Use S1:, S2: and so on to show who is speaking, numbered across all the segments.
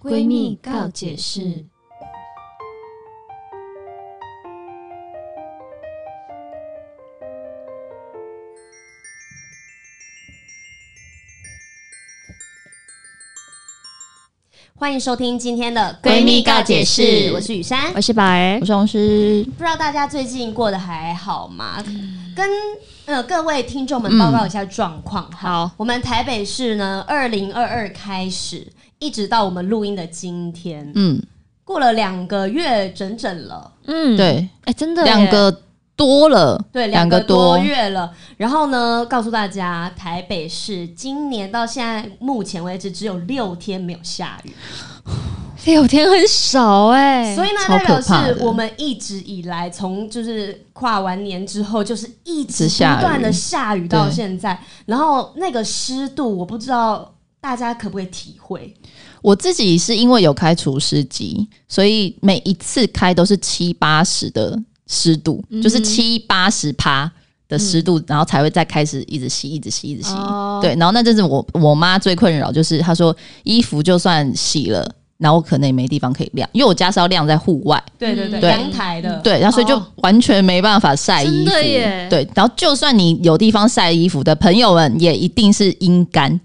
S1: 闺蜜告解室。
S2: 欢迎收听今天的
S1: 闺蜜告解室
S2: 我是雨珊。
S1: 我是宝儿
S3: 我，是红师，
S2: 不知道大家最近过得还好吗？
S1: 嗯
S2: 跟呃各位听众们报告一下状况、
S1: 嗯
S2: 哈。
S3: 好
S2: 我们台北市呢，二零二二开始，一直到我们录音的今天，
S3: 嗯，
S2: 过了两个月整整了。
S1: 嗯，，
S3: 对，
S1: 哎，真的耶
S3: 两个多了，
S2: 对，两
S3: 两
S2: 个
S3: 个
S2: 多
S3: 多，
S2: 月了。然后呢，告诉大家，台北市今年到现在目前为止只有六天没有下雨，
S1: 六哎天很少哎，
S2: 所以呢，
S3: 超
S2: 代表
S3: 可怕
S2: 是
S3: 的
S2: 我们一直以来从就是跨完年之后，就是一直
S3: 一直下雨
S2: 不断的下雨到现在。然后那个湿度，我不知道大家可不可以体会，
S3: 我自己是因为有开除湿机，所以每一次开都是七八十的湿度，
S1: 嗯
S3: 就是七八十趴的湿度，然后才会再开始一直洗，一直洗，一直洗。
S1: 哦
S3: 对，然后那阵子我我妈最困扰就是她说衣服就算洗了，然后可能也没地方可以晾，因为我家是要晾在户外，
S2: 对对嗯对，
S3: 对
S2: 阳台的，
S3: 嗯对，然后所以就
S1: 哦
S3: 完全没办法晒衣
S1: 真
S3: 服
S1: 的耶。
S3: 对，然后就算你有地方晒衣服的朋友们，也一定是阴干。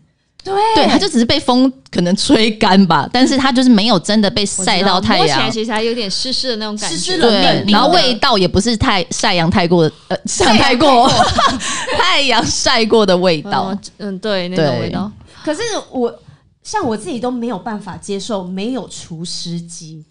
S2: 对
S3: 对，它就只是被风可能吹干吧，但是它就是没有真的被晒到太
S1: 摸起来
S3: 阳。
S1: 其实还有点湿湿的那种感觉，嗯
S2: 湿湿冷冷
S3: 对，
S2: 的
S3: 然后味道也不是太晒阳太过，呃，晒太过， 太阳晒过的味道
S1: 嗯。嗯，对，那种
S3: 对
S1: 味道，
S2: 可是我像我自己都没有办法接受没有除湿机，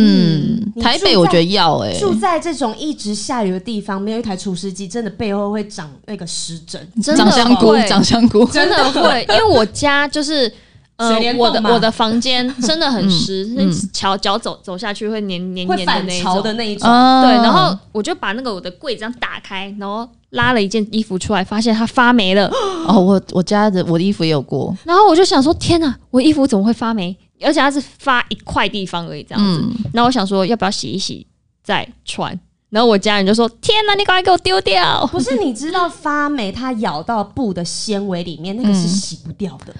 S3: 嗯
S2: 你，
S3: 台
S2: 住在
S3: 北我觉得要哎、
S2: 住在这种一直下雨的地方，没有一台除湿机，真的背后会长那个湿疹。
S1: 真的
S3: 长香菇
S1: 会，
S3: 长香菇，
S1: 真的会，因为我家就是。呃
S2: 水帘，洞
S1: 我的
S2: 嘛
S1: 我的房间 真的很湿，那
S3: 嗯
S1: 桥脚走走下去会黏黏
S2: 会
S1: 黏的
S2: 反
S1: 那一
S2: 潮
S1: 种。
S2: 的那一种，
S3: 啊
S1: 对，然后我就把那个我的柜子这样打开，然后拉了一件衣服出来，发现它发霉了。
S3: 哦，我我家的我的衣服也有过，
S1: 然后我就想说，天哪，我衣服怎么会发霉？而且它是发一块地方而已，这样子。
S3: 嗯，
S1: 然后我想说，要不要洗一洗再穿？然后我家人就说：“天哪，你赶快给我丢掉
S2: 不是，你知道发霉它咬到布的纤维里面，那个是
S1: 嗯
S2: 洗不掉的。，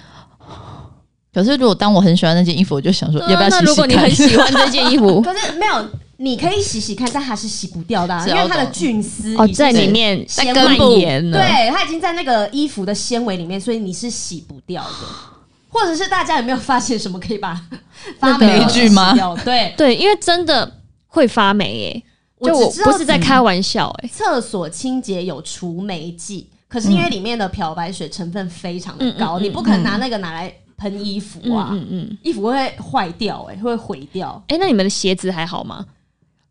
S3: 可是如果当我很喜欢那件衣服，我就想！”说 要不要洗洗
S1: 啊那
S3: 看？
S1: 如果你很喜欢这件衣服
S2: 可是没有，你可以洗洗看，但它是洗不掉的啊、
S3: 是
S2: 因
S3: 啊
S2: 为它的菌丝
S1: 哦
S2: 已，经
S1: 在里
S2: 是。
S1: 面
S2: 在
S1: 先
S3: 根部
S1: 蔓延了。
S2: 对，它已经在那个衣服的纤维里面，所以你是洗不掉的。或者是大家有没有发现什么可以把 发霉
S3: 霉
S2: 的
S3: 菌吗
S2: 洗掉？对，
S1: 对，因为真的会发霉耶、就
S2: 我
S1: 我
S2: 只知道
S1: 不是在开玩笑哎、
S2: 厕所清洁有除霉剂，可是因为里面的漂白水成分非常的高，你不可能拿那个拿来喷衣服
S1: 嗯
S2: 啊，
S1: 嗯嗯，
S2: 衣服会坏掉、欸，会毁 掉。
S1: 哎、那你们的鞋子还好吗？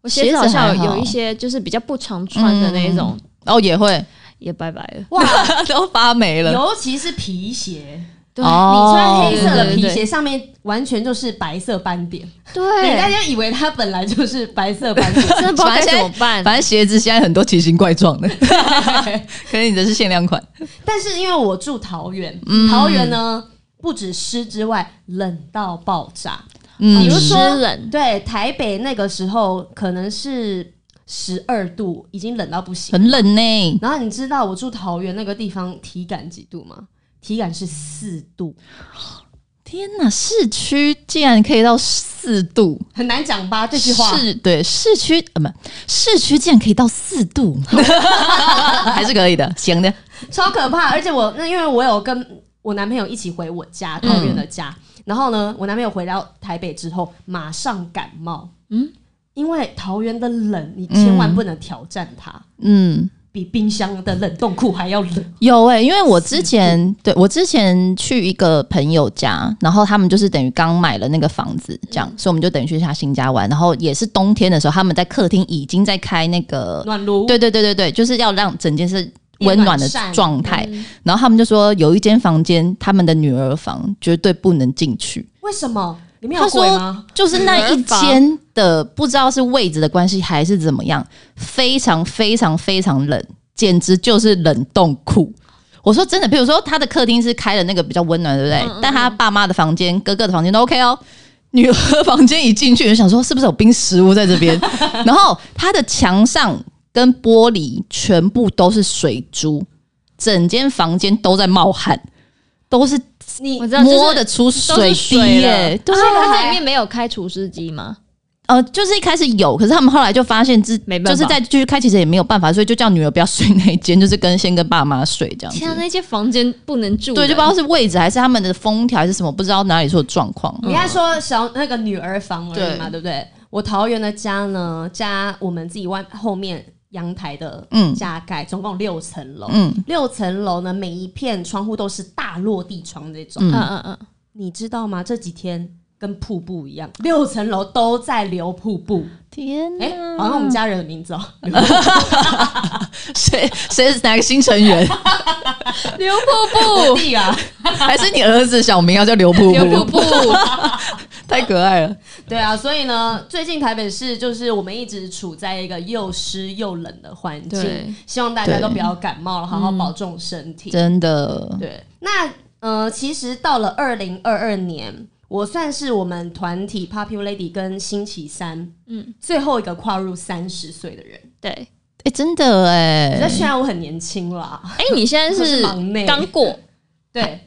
S1: 我
S3: 鞋
S1: 鞋
S3: 子
S1: 子好像
S3: 还
S1: 有
S3: 好
S1: 有一些就是比较不常穿的那一种，
S3: 哦也 会，
S1: 也拜拜了。
S2: 哇，
S3: 都发霉了。
S2: 尤其是皮鞋，
S1: 对
S3: 哦
S2: 你穿黑色的
S1: 哦对对
S2: 皮
S1: 对
S2: 鞋，上面完全就是白色斑点，你大
S1: 对，
S2: 家以为它本来就是白色斑点。
S1: 真的不知道该怎么办。
S3: 反正鞋子现在很多奇形怪状的， 可能你的是限量款。
S2: 但是因为我住桃园，
S1: 嗯
S2: 桃园呢不止湿之外，冷到爆炸。
S3: 嗯
S2: 比如
S1: 湿
S2: 说
S1: 冷，
S2: 对，台北那个时候可能是十二度，已经冷到不行。
S3: 很冷呢、
S2: 然后你知道我住桃园那个地方体感几度吗？体感是四度，
S3: 天哪，市区竟然可以到四度，
S2: 很难讲吧？这句话
S3: 市对市区呃不，市区竟然可以到四度， 还是可以的，行的。
S2: 超可怕。而且我那因为我有跟我男朋友一起回我家桃园的家，
S3: 嗯
S2: 然后呢，我男朋友回到台北之后马上感冒，嗯，因为桃园的冷你千万不能挑战它，
S3: 嗯，
S2: 比冰箱的冷冻库还要冷。
S3: 有诶、因为我之前对我之前去一个朋友家，然后他们就是等于刚买了那个房子，这样，所以我们就等于去他新家玩。然后也是冬天的时候，他们在客厅已经在开那个
S2: 暖炉
S3: 对对对对对，就是要让整件事温暖的
S2: 电暖扇
S3: 状态。然后他们就说有一间房间，他们的女儿房绝对不能进去，
S2: 为什么里面有
S3: 他说
S2: 鬼吗？
S3: 就是那一间的不知道是位置的关系还是怎么样，非常非常非常冷，简直就是冷冻库。我说真的，比如说他的客厅是开了那个比较温暖，对不对？但他爸妈的房间、哥哥的房间都 OK 哦。女儿房间一进去，就想说是不是有冰食物在这边？然后他的墙上跟玻璃全部都是水珠，整间房间都在冒汗，都是
S2: 你
S1: 我知道，
S3: 摸得
S1: 的
S3: 出水滴耶、对
S1: 所以它里
S3: 啊。
S1: 面没有开除湿机吗？
S3: 呃，就是一开始有，可是他们后来就发现自
S1: 没办
S3: 就
S1: 法
S3: 是再继续开，其实也没有办法，所以就叫女儿不要睡那一间， 就是跟先跟爸妈睡这样子
S1: 天。啊，那些房间不能住人，
S3: 对，就不知道是位置还是他们的封条还是什么，不知道哪里出了状况。
S1: 嗯
S2: 你该说小那个女儿房而已嘛，
S3: 嗯对
S2: 对不对？我桃园的家呢，加我们自己外后面阳台的
S3: 嗯
S2: 加盖，总共六层楼。
S3: 嗯，
S2: 六层楼呢，每一片窗户都是大落地窗这种。
S1: 嗯
S3: 嗯
S1: 嗯嗯，
S2: 你知道吗？这几天跟瀑布一样，六层楼都在流瀑布。
S3: 天
S1: 嗯
S2: 哎、好像我们家人的名字哦、
S3: 谁谁是哪个新成 员？
S1: 刘瀑
S2: 我弟啊。
S3: 还是你儿子小名要叫刘瀑
S1: 布，刘瀑
S3: 布？
S1: 布，
S3: 太可爱了。
S2: 对啊，所以呢，最近台北市就是我们一直处在一个又湿又冷的环境
S1: 对，
S2: 希望大家都
S3: 对
S2: 不要感冒了，好好保重身体。
S3: 真的，
S2: 对，那呃，其实到了二零二二年，我算是我们团体 Popular Lady 跟星期三，嗯
S1: 嗯，
S2: 最后一个跨入三十岁的人。
S1: 对。
S3: 哎、真的哎、
S2: 那虽然我很年轻啦，
S1: 哎，你现在
S2: 我是
S1: 是
S2: 忙内
S1: 刚过，
S2: 对，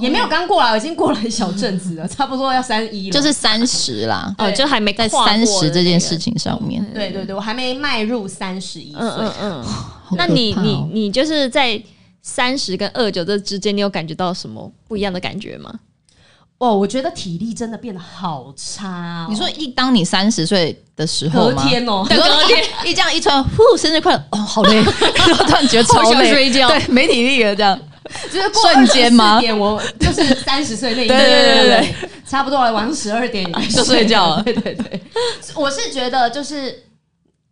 S2: 也没有刚过来，我已经过了一小阵子 了，差不多要三一了。
S3: 就是三十啦，
S1: 哦，
S2: 对
S1: 就还没
S3: 在
S1: 跨
S3: 三
S1: 过
S3: 十
S1: 的
S3: 这
S1: 那
S3: 件
S1: 个
S3: 事，情上面，
S2: 对对对，我还没迈入三十一岁。
S1: 嗯嗯嗯。
S3: 好
S1: 那
S3: 可
S1: 你
S3: 怕
S1: 你
S3: 哦
S1: 你就是在三十跟二九这之间，你有感觉到什么不一样的感觉吗？
S2: 哦，我觉得体力真的变得好差、哦。
S3: 你说一当你三十岁的时候
S2: 隔
S3: 吗？
S2: 天 哦，
S3: 你说 一一这样一穿，呼，生日快乐！哦，好累，然后突然觉得超
S1: 好想
S3: 累，
S1: 睡觉
S3: 对，没体力了，这样
S2: 就是过
S3: 瞬间吗
S2: 24点我就是三十岁那一
S3: 对对对对
S2: 对，差不多了，晚上十二点也该
S3: 就睡觉了
S2: 对对对， 我是觉得就是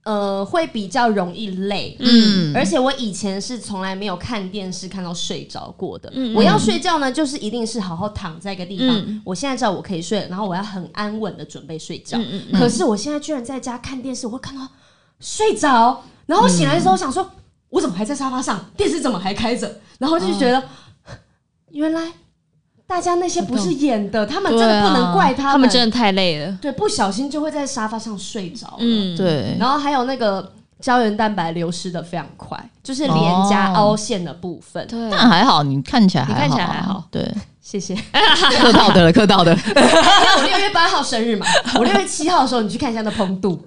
S2: 呃，会比较容易累。
S3: 嗯，
S2: 而且我以前是从来没有看电视看到睡着过的。
S1: 嗯嗯
S2: 我要睡觉呢，就是一定是好好躺在一个地方。
S1: 嗯
S2: 我现在知道我可以睡，然后我要很安稳的准备睡觉。
S1: 嗯嗯
S2: 可是我现在居然在家看电视，我会看到睡着，然后醒来的时候想说，我怎么还在沙发上？电视怎么还开着？然后就觉得，
S1: 嗯
S2: 原来大家那些不是演的，他们真的不能怪他
S1: 他们真的太累了。
S2: 对不小心就会在沙发上睡着了。
S1: 嗯，，
S3: 对，
S2: 然后还有那个胶原蛋白流失的非常快，就是脸颊
S3: 哦
S2: 凹陷的部分。
S1: 对，
S3: 那还好，你看起来还好啊，
S1: 你看起来还好
S3: 对，
S2: 谢谢。因
S3: 客套的了， 客套的，
S2: 为我六月八号生日嘛，我六月七号的时候你去看一下那膨度，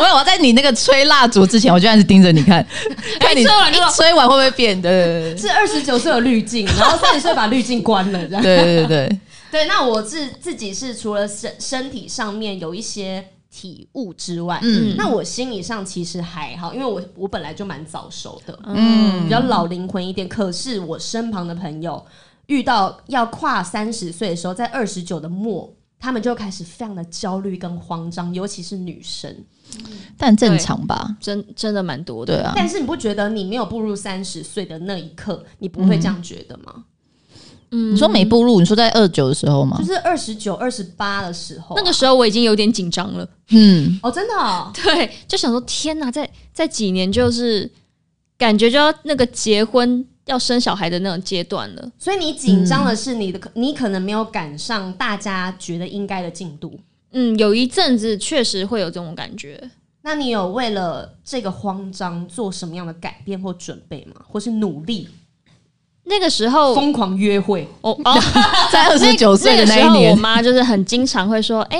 S3: 我有我在你那个吹蜡烛之前，我居然是盯着你看， 看你
S1: 哎吹完
S3: 一
S1: 就说
S3: 吹完会不会变？对对
S2: 是二十九岁有滤镜，然后三十岁把滤镜关了，这样。
S3: 对对对对，
S2: 对，那我自自己是除了身身体上面有一些体悟之外，嗯，
S3: 嗯
S2: 那我心理上其实还好，因为我我本来就蛮早熟的，比
S3: 嗯，
S2: 较老灵魂一点。可是我身旁的朋友遇到要跨三十岁的时候，在二十九的末。他们就开始非常的焦虑跟慌张，尤其是女生。
S3: 但正常吧？
S1: 真真的蛮多的。
S3: 对啊，
S2: 但是你不觉得你没有步入三十岁的那一刻，你不会这样觉得吗？
S1: 嗯
S3: 你说没步入，你说在二九的时候吗
S2: 就？是二十九、二十八的时候啊、
S1: 那个时候我已经有点紧张了，
S3: 嗯，
S2: 哦，真的哦、
S1: 对，就想说天哪，在在几年就是感觉就要那个结婚要生小孩的那种阶段了。
S2: 所以你紧张的
S1: 嗯
S2: 是你的，你可能没有赶上大家觉得应该的进度。
S1: 嗯，有一阵子确实会有这种感觉。
S2: 那你有为了这个慌张做什么样的改变或准备吗？或是努力
S1: 那个时候，
S2: 疯狂约会？
S1: 哦 哦，
S3: 在二十九岁的那
S1: 那个时
S3: 一
S1: 候，我
S3: 年，
S1: 妈就是很经常会说：“哎、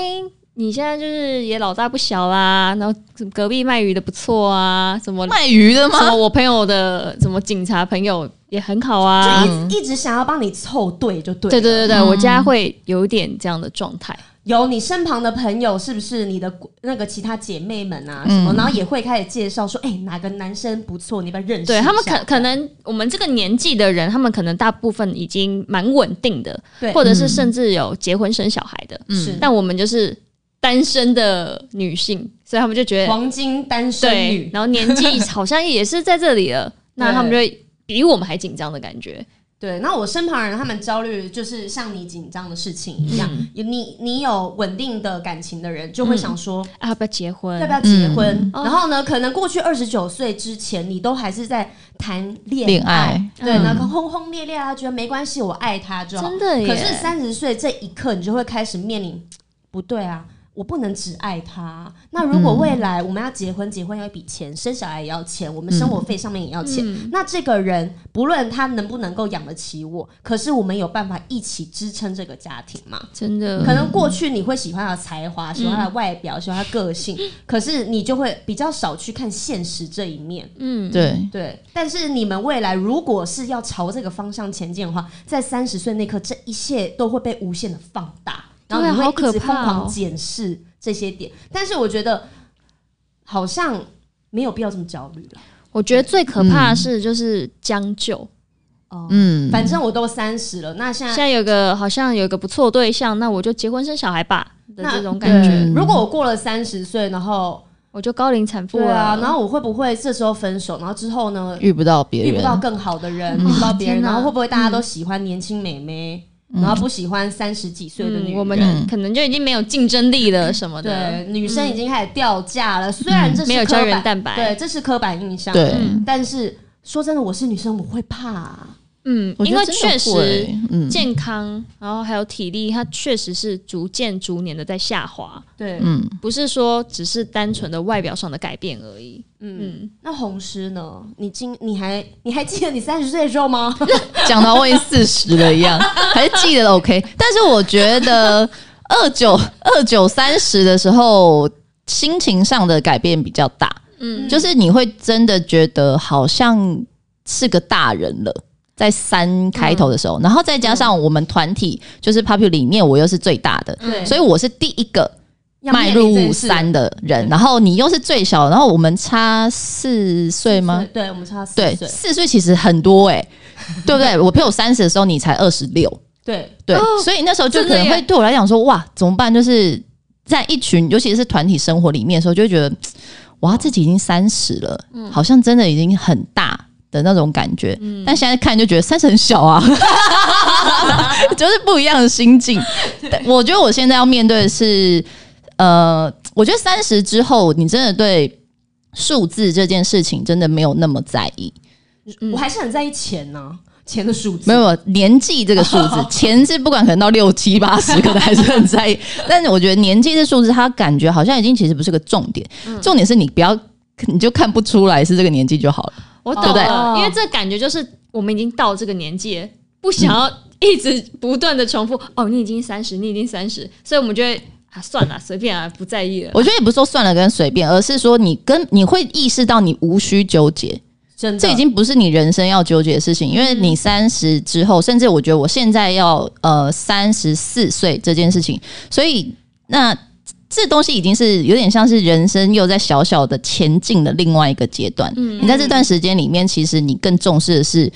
S1: 你现在就是也老大不小啦，然后隔壁卖鱼的不错啊，什么
S3: 卖鱼的
S1: 什么
S3: 吗？
S1: 我朋友的什么警察朋友也很好啊。”
S2: 就一一直想要帮你凑对就对。
S1: 对
S3: 嗯
S1: 对，对对，我家会有一点这样的状态。
S2: 有你身旁的朋友是不是你的那个其他姐妹们
S1: 嗯
S2: 啊什么？然后也会开始介绍说，哎、哪个男生不错，你要不要认识一下？
S1: 对他们可可能我们这个年纪的人，他们可能大部分已经蛮稳定的
S2: 对，嗯
S1: 或者是甚至有结婚生小孩的，
S2: 是、
S1: 但我们就是单身的女性，所以他们就觉得
S2: 黄金单身
S1: 对，
S2: 女。
S1: 然后年纪好像也是在这里了， 那他们就会比我们还紧张的感觉。
S2: 对，那我身旁人他们焦虑，就是像你紧张的事情
S3: 嗯
S2: 一样。你你有稳定的感情的人，
S3: 嗯
S2: 就会想说、
S1: 啊，要不要结婚？
S2: 要不要结婚？
S1: 哦
S2: 然后呢，可能过去二十九岁之前，你都还是在谈恋
S3: 恋爱
S2: 对，
S1: 嗯
S2: 那个轰轰烈烈啊，觉得没关系，我爱他就好。
S1: 真的耶？
S2: 可是三十岁这一刻，你就会开始面临不对啊。我不能只爱他。那如果未来我们要结婚，结婚要一笔钱，生小孩也要钱，我们生活费上面也要钱。那这个人不论他能不能够养得起我，可是我们有办法一起支撑这个家庭吗？
S1: 真的
S2: 可能过去你会喜欢他的才华，喜欢他的外表，喜欢他个性，可是你就会比较少去看现实这一面。
S1: 嗯，
S3: 对，
S2: 对，但是你们未来如果是要朝这个方向前进的话，在三十岁那刻，这一切都会被无限的放大，然后
S1: 对啊
S2: 你会
S1: 好可
S2: 一直疯
S1: 怕
S2: 狂
S1: 哦
S2: 检视这些点。但是我觉得好像没有必要这么焦虑了。
S1: 我觉得最可怕的是就是将就。
S2: 哦，
S3: 嗯，
S2: 反正我都三十了，那现
S1: 现
S2: 在。
S1: 在有个好像有一个不错对象，那我就结婚生小孩吧的
S2: 那
S1: 这种感觉，
S2: 对如果我过了三十岁，然后
S1: 我就高龄产妇
S2: 对
S1: 了。
S2: 啊，然后我会不会这时候分手？然后之后呢，
S3: 嗯遇不到别
S2: 遇
S3: 人，
S2: 不到更好的人，遇不到别人，
S1: 嗯天哪嗯
S2: 然后会不会大家都喜欢年轻美眉，然后不喜欢三十几岁的女
S1: 嗯，
S2: 人？
S1: 我们可能就已经没有竞争力了什么的，嗯
S2: 对，女生已经开始掉价了。虽然这是
S1: 没有
S2: 刻
S1: 胶
S2: 板
S1: 原蛋白。
S2: 对，这是刻板印象。
S3: 对，
S2: 但是说真的，我是女生，我会怕、啊
S1: 嗯，
S3: 我觉
S1: 因
S3: 得
S1: 为
S3: 真的
S1: 确实
S3: 会，嗯，
S1: 健康，然后还有体力，它确实是逐渐逐年的在下滑，
S2: 对，
S3: 嗯，
S1: 不是说只是单纯的外表上的改变而已。
S2: 嗯。
S1: 嗯，
S2: 那红师呢？你今你还你还记得你三十岁的时候 吗？
S3: 讲到我已经四十了一样，还是记 得 OK。但是我觉得 二九二九三十的时候，心情上的改变比较大，
S1: 嗯
S3: 嗯，就是你会真的觉得好像是个大人了。在三开头的
S2: 嗯
S3: 时候，然后再加上我们团体就是 Papu 里面，我又是最大的，
S2: 对
S3: 所以我是第一个
S2: 要
S3: 迈
S2: 面临这件
S3: 入
S2: 事
S3: 三的人
S2: 对，
S3: 然后你又是最小，然后我们差四岁吗？？
S2: 对，我们差四
S3: 对，
S2: 岁。
S3: 四岁其实很多 哎、对不对？我朋友三十的时候，你才二十六，
S2: 对，
S3: 对，
S1: 哦
S3: 所以那时候就可
S1: 真的
S3: 能
S1: 耶
S3: 会对我来讲说，哇，怎么办？就是在一群，尤其是团体生活里面的时候，就会觉得，哇，自己已经三十了，
S1: 嗯
S3: 好像真的已经很大的那种感觉。但现在看就觉得三十很小 啊，就是不一样的心境。但我觉得我现在要面对的是，呃，我觉得三十之后，你真的对数字这件事情真的没有那么在意。
S2: 我还是很在意钱呢、钱的数字。
S3: 嗯没有没有年纪这个数字，钱是不管可能到六七八十，可能还是很在意。但是我觉得年纪这数字，它感觉好像已经其实不是个重点，重点是你不要。你就看不出来是这个年纪就好了，
S2: 哦
S1: 我懂
S3: 对不对
S1: 了，哦因为这感觉就是我们已经到这个年纪了，不想要一直不断的重复。哦，你已经三十，你已经三十，所以我们就会啊，算了，随便啊，不在意了。
S3: 我觉得也不是说算了跟随便，而是说你跟你会意识到你无需纠结，
S2: 真的，
S3: 这已经不是你人生要纠结的事情，因为你三十之后，甚至我觉得我现在要呃三十四岁这件事情，所以那这东西已经是有点像是人生又在小小的前进的另外一个阶段。
S2: 嗯
S3: 你在这段时间里面，其实你更重视的是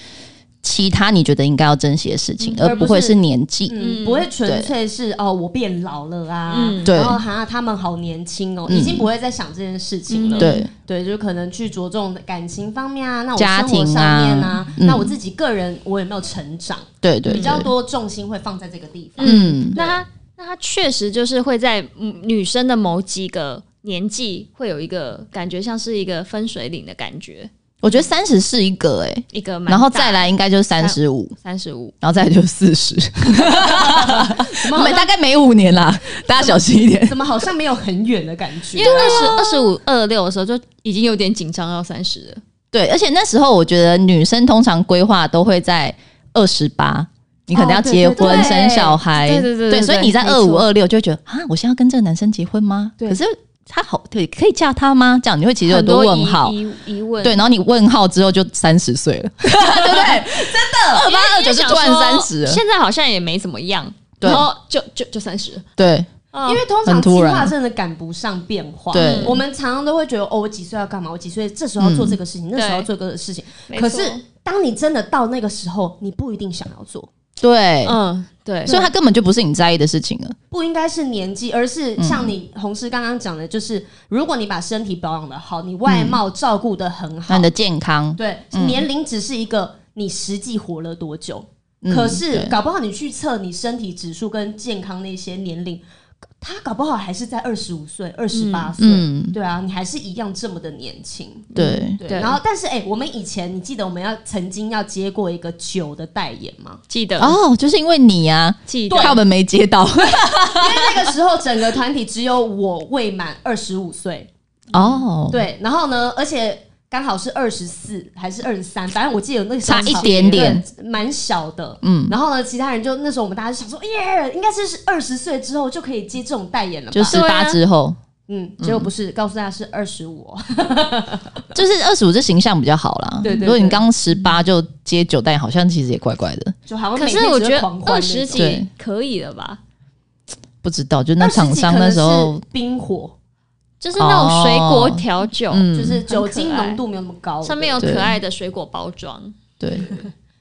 S3: 其他你觉得应该要珍惜的事情，
S2: 嗯
S3: 而不会
S2: 而不是
S3: 是年纪。
S2: 嗯，
S1: 嗯
S2: 不会纯粹是哦，我变老了啊，
S1: 嗯
S3: 对
S2: 然后哈，他们好年轻哦，
S3: 嗯
S2: 已经不会再想这件事情了。
S1: 嗯
S3: 对，
S2: 对，就是可能去着重感情方面啊，那我
S3: 家
S2: 生活
S3: 庭
S2: 上
S3: 啊
S2: 面啊，
S3: 嗯
S2: 那我自己个人我有没有成长，
S3: 对对
S2: 比较
S3: 对，
S2: 多重心会放在这个地方。
S3: 嗯，
S1: 那他那他确实就是会在嗯女生的某几个年纪会有一个感觉，像是一个分水岭的感觉，
S3: 我觉得三十是一个哎、欸
S1: 一个蛮
S3: 然后
S1: 大
S3: 再来应该就是三十五，
S1: 三十五，
S3: 然后再来就是四 十。
S2: 怎么好
S3: 每
S2: 像
S3: 大概每五年啦，大家小心一点。
S2: 怎么好像没有很远的感觉？
S1: 因为二十二十五二六的时候就已经有点紧张要三十了。
S3: 对，而且那时候我觉得女生通常规划都会在二十八，你可能要结婚、
S2: 哦对对对
S3: 生小孩，
S1: 对对对对对
S3: 所以你在
S1: 没
S3: 二五
S1: 错
S3: 二六就会觉得啊，我现在要跟这个男生结婚吗？
S2: 对
S3: 可是他好，对，可以嫁他吗？这样你会其实有
S1: 很
S3: 很多问
S1: 疑
S3: 号。
S1: 疑疑问，
S3: 对，然后你问号之后就三十岁 了，对不对？真的， 二八二九就突然三十了，
S1: 现在好像也没怎么样，
S3: 对
S1: 然后就就就三十，
S3: 对
S1: 因
S2: 因为通常
S3: 很
S2: 计
S3: 突然
S2: 划真的赶不上变化，
S3: 对
S2: 我们常常都会觉得哦，我几岁要干嘛？我几岁这时候要做这个事情，那时候要做这个事情。可是当你真的到那个时候，你不一定想要做，
S3: 对，
S1: 嗯，对，
S3: 所以他根本就不是你在意的事情了。
S2: 不应该是年纪，而是像你红师刚刚讲的，就是如果你把身体保养的好，你外貌照顾嗯的很
S3: 那
S2: 好
S3: 你，的健康，
S2: 对，年龄只是一个你实际活了多久。
S3: 嗯
S2: 可是
S3: 对
S2: 搞不好你去测你身体指数跟健康那些年龄，他搞不好还是在二十五岁、二十八岁，
S3: 嗯，
S2: 对啊，你还是一样这么的年轻。
S3: 对，
S2: 对，
S1: 对
S2: 然后但是哎、我们以前你记得我们要曾经要接过一个酒的代言 吗？
S1: 记得
S3: 哦，就是因为你啊，
S1: 记得
S3: 害我们没接到
S2: 因为那个时候整个团体只有我未满二十五岁，
S3: 哦，
S2: 对，然后呢，而且刚好是二十四还是二十三，反正我记得有那个时候
S3: 差一
S2: 小
S3: 点点，
S2: 对蛮小的。
S3: 嗯，
S2: 然后呢，其他人就那时候我们大家就想说，耶，应该是二十岁之后就可以接这种代言了吧？
S3: 就十八之后，
S2: 嗯，结果不是，告诉大家是二十五，
S3: 就是二十五这形象比较好啦。
S2: 啊对对对
S3: 如果你刚十八就接九代，好像其实也怪怪的，
S2: 就好像
S1: 可
S2: 每
S1: 是
S2: 天
S1: 我
S2: 只
S1: 觉
S2: 会
S1: 得
S2: 狂欢
S1: 二
S2: 那
S1: 十
S2: 种
S1: 几
S3: 对
S1: 可以了吧？
S3: 不知道就那厂商那时
S2: 二十
S3: 候
S2: 几可能是冰火，
S1: 就是那种水果调酒，
S3: 哦嗯
S2: 就是酒精
S1: 很可爱
S2: 浓度没有那么高，
S1: 上面有可爱的水果包装。
S3: 对，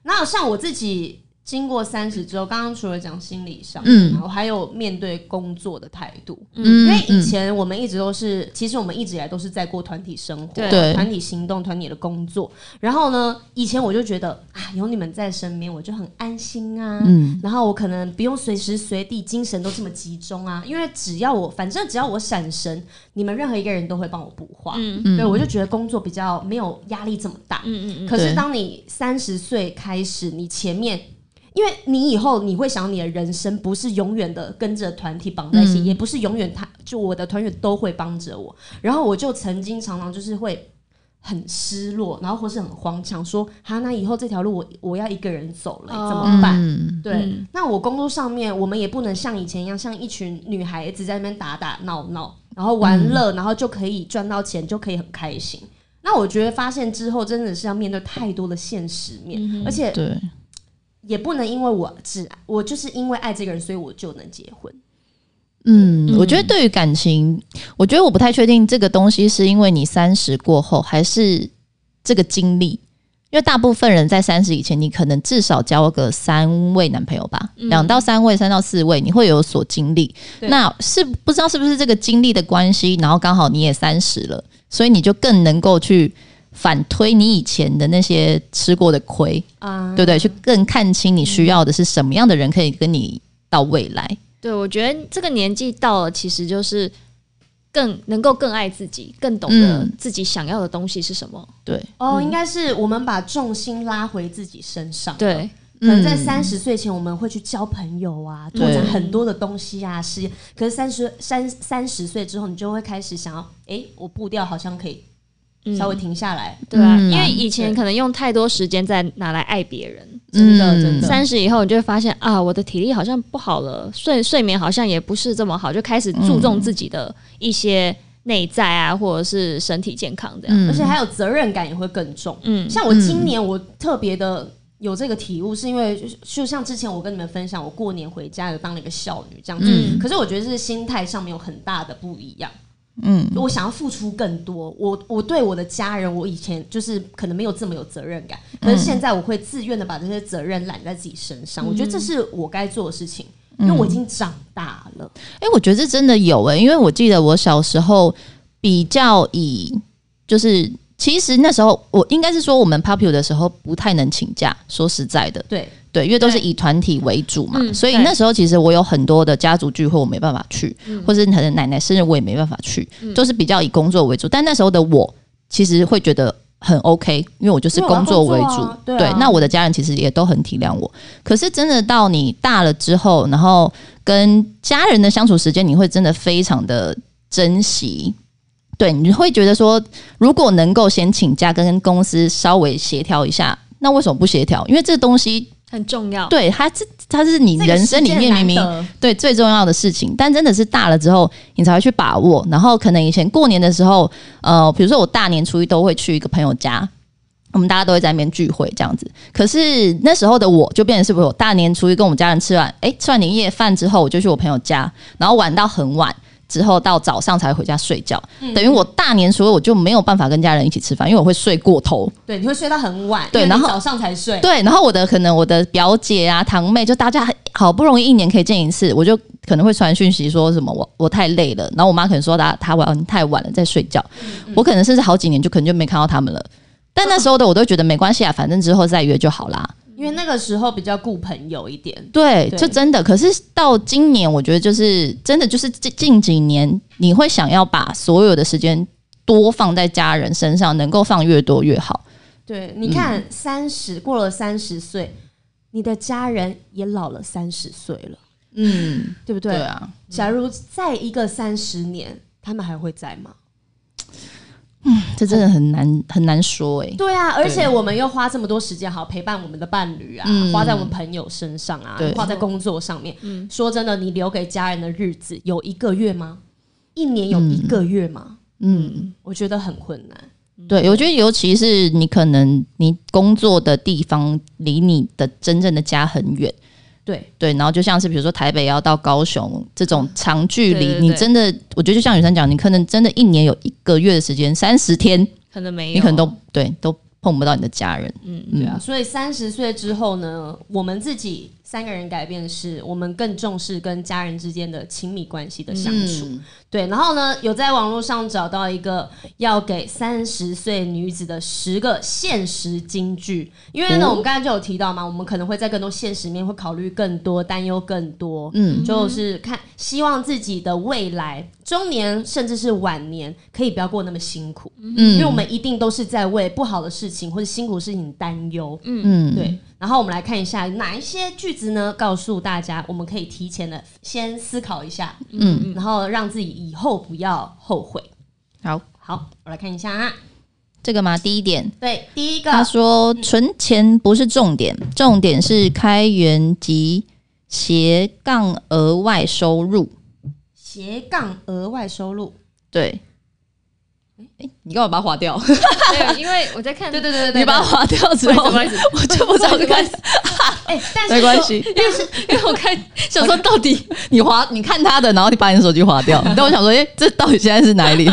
S2: 那像我自己经过三十之后，刚刚除了讲心理上，
S3: 嗯
S2: 嗯，我还有面对工作的态度，
S3: 嗯
S2: 因为以前我们一直都是，其实我们一直以来都是在过团体生活，
S1: 对
S3: 对
S2: 团体行动、团体的工作。然后呢，以前我就觉得啊，有你们在身边，我就很安心啊。
S3: 嗯
S2: 然后我可能不用随时随地精神都这么集中啊，因为只要我反正只要我闪神，你们任何一个人都会帮我补话，
S1: 嗯
S2: 对我就觉得工作比较没有压力这么大。
S1: 嗯嗯嗯，
S2: 可是
S3: 对
S2: 当你三十岁开始，你前面，因为你以后你会想，你的人生不是永远的跟着团体绑在
S1: 嗯
S2: 一起，也不是永远他就我的团员都会帮着我。然后我就曾经常常就是会很失落，然后或是很慌腔，说：“哈，那以后这条路我我要一个人走了、欸
S1: 哦
S2: 怎么办？”
S3: 嗯，
S2: 对，
S1: 嗯
S2: 那我工作上面，我们也不能像以前一样，像一群女孩子在那边打打闹闹，然后玩乐，然后就可以赚到钱，就可以很开心。那我觉得发现之后，真的是要面对太多的现实面，而且
S3: 对，
S2: 也不能因为我只我就是因为爱这个人，所以我就能结婚。
S3: 嗯，我觉得对于感情，我觉得我不太确定这个东西是因为你三十过后，还是这个经历。因为大部分人在三十以前，你可能至少交个三位男朋友吧，两、到三位，三到四位，你会有所经历。
S2: 对
S3: 那是不知道是不是这个经历的关系，然后刚好你也三十了，所以你就更能够去反推你以前的那些吃过的亏，
S2: 啊、
S3: 对不对？去更看清你需要的是什么样的人可以跟你到未来。
S1: 对，我觉得这个年纪到了，其实就是更能够更爱自己，更懂得
S3: 嗯
S1: 自己想要的东西是什么。
S3: 对，
S2: 哦，应该是我们把重心拉回自己身上。，
S1: 对，
S2: 可能在
S3: 嗯
S2: 三十岁前，我们会去交朋友啊，拓
S3: 对
S2: 展很多的东西啊，事业。可是三十三三十岁之后，你就会开始想要，诶，我步调好像可以
S1: 嗯
S2: 稍微停下来。
S1: 对啊，
S3: 嗯
S1: 因为以前可能用太多时间在拿来爱别人，
S2: 真的真的
S1: 三十以后你就会发现啊，我的体力好像不好了，睡睡眠好像也不是这么好，就开始注重自己的一些内在啊，或者是身体健康这样。
S3: 嗯
S2: 而且还有责任感也会更重。
S1: 嗯
S2: 像我今年我特别的有这个体悟，是因为就是就像之前我跟你们分享，我过年回家有当了一个孝女这样子，
S3: 嗯
S2: 可是我觉得是心态上面有很大的不一样。
S3: 嗯，
S2: 我想要付出更多，我我对我的家人，我以前就是可能没有这么有责任感，可
S3: 嗯
S2: 是现在我会自愿的把这些责任揽在自己身上，我觉
S3: 嗯
S2: 得这是我该做的事情，因为我已经长大了。
S3: 哎、我觉得这真的有哎、因为我记得我小时候比较以就是。其实那时候我应该是说，我们 popular 的时候不太能请假。说实在的，
S2: 对，
S3: 对，因为都是以团体为主嘛，
S1: 嗯
S3: 所以
S1: 对
S3: 那时候其实我有很多的家族聚会我没办法去，
S2: 嗯
S3: 或是可能奶奶生日我也没办法去，都是比较以工作为主。但那时候的我其实会觉得很 OK，因为我就是
S2: 因为我要
S3: 工作为
S2: 工
S3: 主，
S2: 作啊对啊
S3: 那我的家人其实也都很体谅我。可是真的到你大了之后，然后跟家人的相处时间，你会真的非常的珍惜。对，你会觉得说，如果能够先请假，跟公司稍微协调一下，那为什么不协调？因为这东西
S1: 很重要，
S3: 对，它这它是你人生里面明明
S2: 明
S3: 对最重要的事情，但真的是大了之后你才会去把握。然后可能以前过年的时候，呃，比如说我大年初一都会去一个朋友家。我们大家都会在那边聚会这样子，可是那时候的我就变成是我大年初一跟我们家人吃完，诶，吃完年夜饭之后，我就去我朋友家，然后玩到很晚，之后到早上才回家睡觉。等于我大年初一我就没有办法跟家人一起吃饭，因为我会睡过头。
S2: 对，你会睡到很晚，
S3: 对
S2: 因为
S3: 然
S2: 你
S3: 后
S2: 早上才睡。
S3: 对，然后我的可能我的表姐啊、堂妹，就大家好不容易一年可以见一次，我就可能会传讯息说什么我我太累了，然后我妈可能说她她晚太晚了在睡觉，我可能甚至好几年就可能就没看到他们了。但那时候的我都觉得没关系啊，反正之后再约就好啦。
S2: 因为那个时候比较顾朋友一点。
S3: 对，
S2: 对
S3: 这真的。可是到今年，我觉得就是真的，就是近近几年，你会想要把所有的时间多放在家人身上，能够放越多越好。
S2: 对，你看
S3: 嗯
S2: 三十、过了三十岁，你的家人也老了三十岁了，
S3: 嗯，
S2: 对不对？
S3: 对啊，
S2: 假如再一个三十年，他们还会在吗？
S3: 这真的很难很难说哎、
S2: 对啊，而且我们又花这么多时间，好陪伴我们的伴侣啊，
S3: 嗯
S2: 花在我们朋友身上啊
S3: 对，
S2: 花在工作上面。说真的，你留给家人的日子有一个月吗？一年有一个月吗？
S3: 嗯，
S2: 我觉得很困难。
S3: 对，我觉得尤其是你可能你工作的地方离你的真正的家很远。
S2: 对，
S3: 对，然后就像是比如说台北要到高雄这种长距离，
S1: 啊对对对
S3: 你真的，我觉得就像雨珊讲，你可能真的一年有一个月的时间，三十天，
S1: 可能没有，
S3: 你可能都对都碰不到你的家人。
S1: 嗯，
S3: 嗯，
S2: 对啊，所以三十岁之后呢，我们自己三个人改变是，我们更重视跟家人之间的亲密关系的相处。
S3: 嗯
S2: 对，然后呢，有在网络上找到一个要给三十岁女子的十个现实金句，因为呢，
S3: 哦
S2: 我们刚才就有提到嘛，我们可能会在更多现实面会考虑更多，担忧更多。
S3: 嗯
S2: 就是看希望自己的未来中年甚至是晚年可以不要过那么辛苦，
S3: 嗯
S2: 因为
S1: 嗯
S2: 我们一定都是在为不好的事情或者辛苦事情担忧。
S3: 嗯，
S2: 对，然后我们来看一下哪一些句子呢，告诉大家我们可以提前的先思考一下，嗯，然后让自己以后不要后悔。
S3: 好，
S2: 好，我来看一下啊，
S3: 这个嘛，第一点，
S2: 对，第一个
S3: 他说
S1: 嗯
S3: 存钱不是重点，重点是开源及斜杠额外收入。
S2: 斜杠额外收入，
S3: 对，哎，你干嘛把它划掉？
S1: 对，因为我在看，
S2: 对对对对
S3: 你
S2: 对，
S3: 把它划掉之
S1: 不
S3: 后，
S1: 好意思
S3: 我就不知道该
S2: 哎， 但是
S3: 没关
S2: 说
S3: 系，
S1: 但是因为我看想说到底
S3: 你划，你看他的，然后你把你的手机划 掉。但我想说，哎、这到底现在是哪里？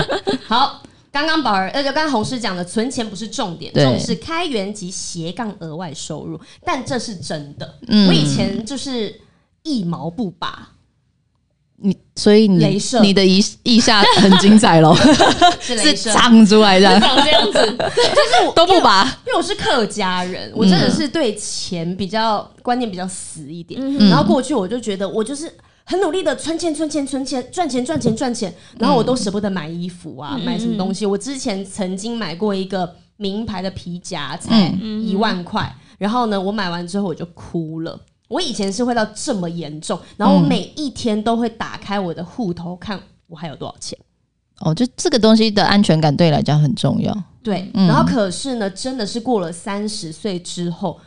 S2: 好，刚刚宝儿，呃，就刚刚红师讲的，存钱不是重点，
S3: 对
S2: 重点是开源及斜杠额外收入，但这是真的。
S3: 嗯
S2: 我以前就是一毛不拔，
S3: 你 所以你
S2: 镭射
S3: 你的腋腋下很精彩 咯，是
S2: 是雷声，
S3: 长出来这样，
S1: 长这样子，
S2: 就是 我
S3: 都不拔。
S2: 因为我是客家人，我真的是对钱比较观念比较死一点。
S1: 嗯
S2: 然后过去我就觉得我就是很努力的存钱、存钱、存钱、赚钱、赚钱、赚钱，然后我都舍不得买衣服啊，买什么东西。我之前曾经买过一个名牌的皮夹，才
S3: 嗯
S2: 一万块。然后呢，我买完之后我就哭了。我以前是会到这么严重，然后我每一天都会打开我的户头看我还有多少钱。
S3: 哦，就这个东西的安全感对你来讲很重要。
S2: 对，
S3: 嗯
S2: 然后可是呢，真的是过了三十岁之后，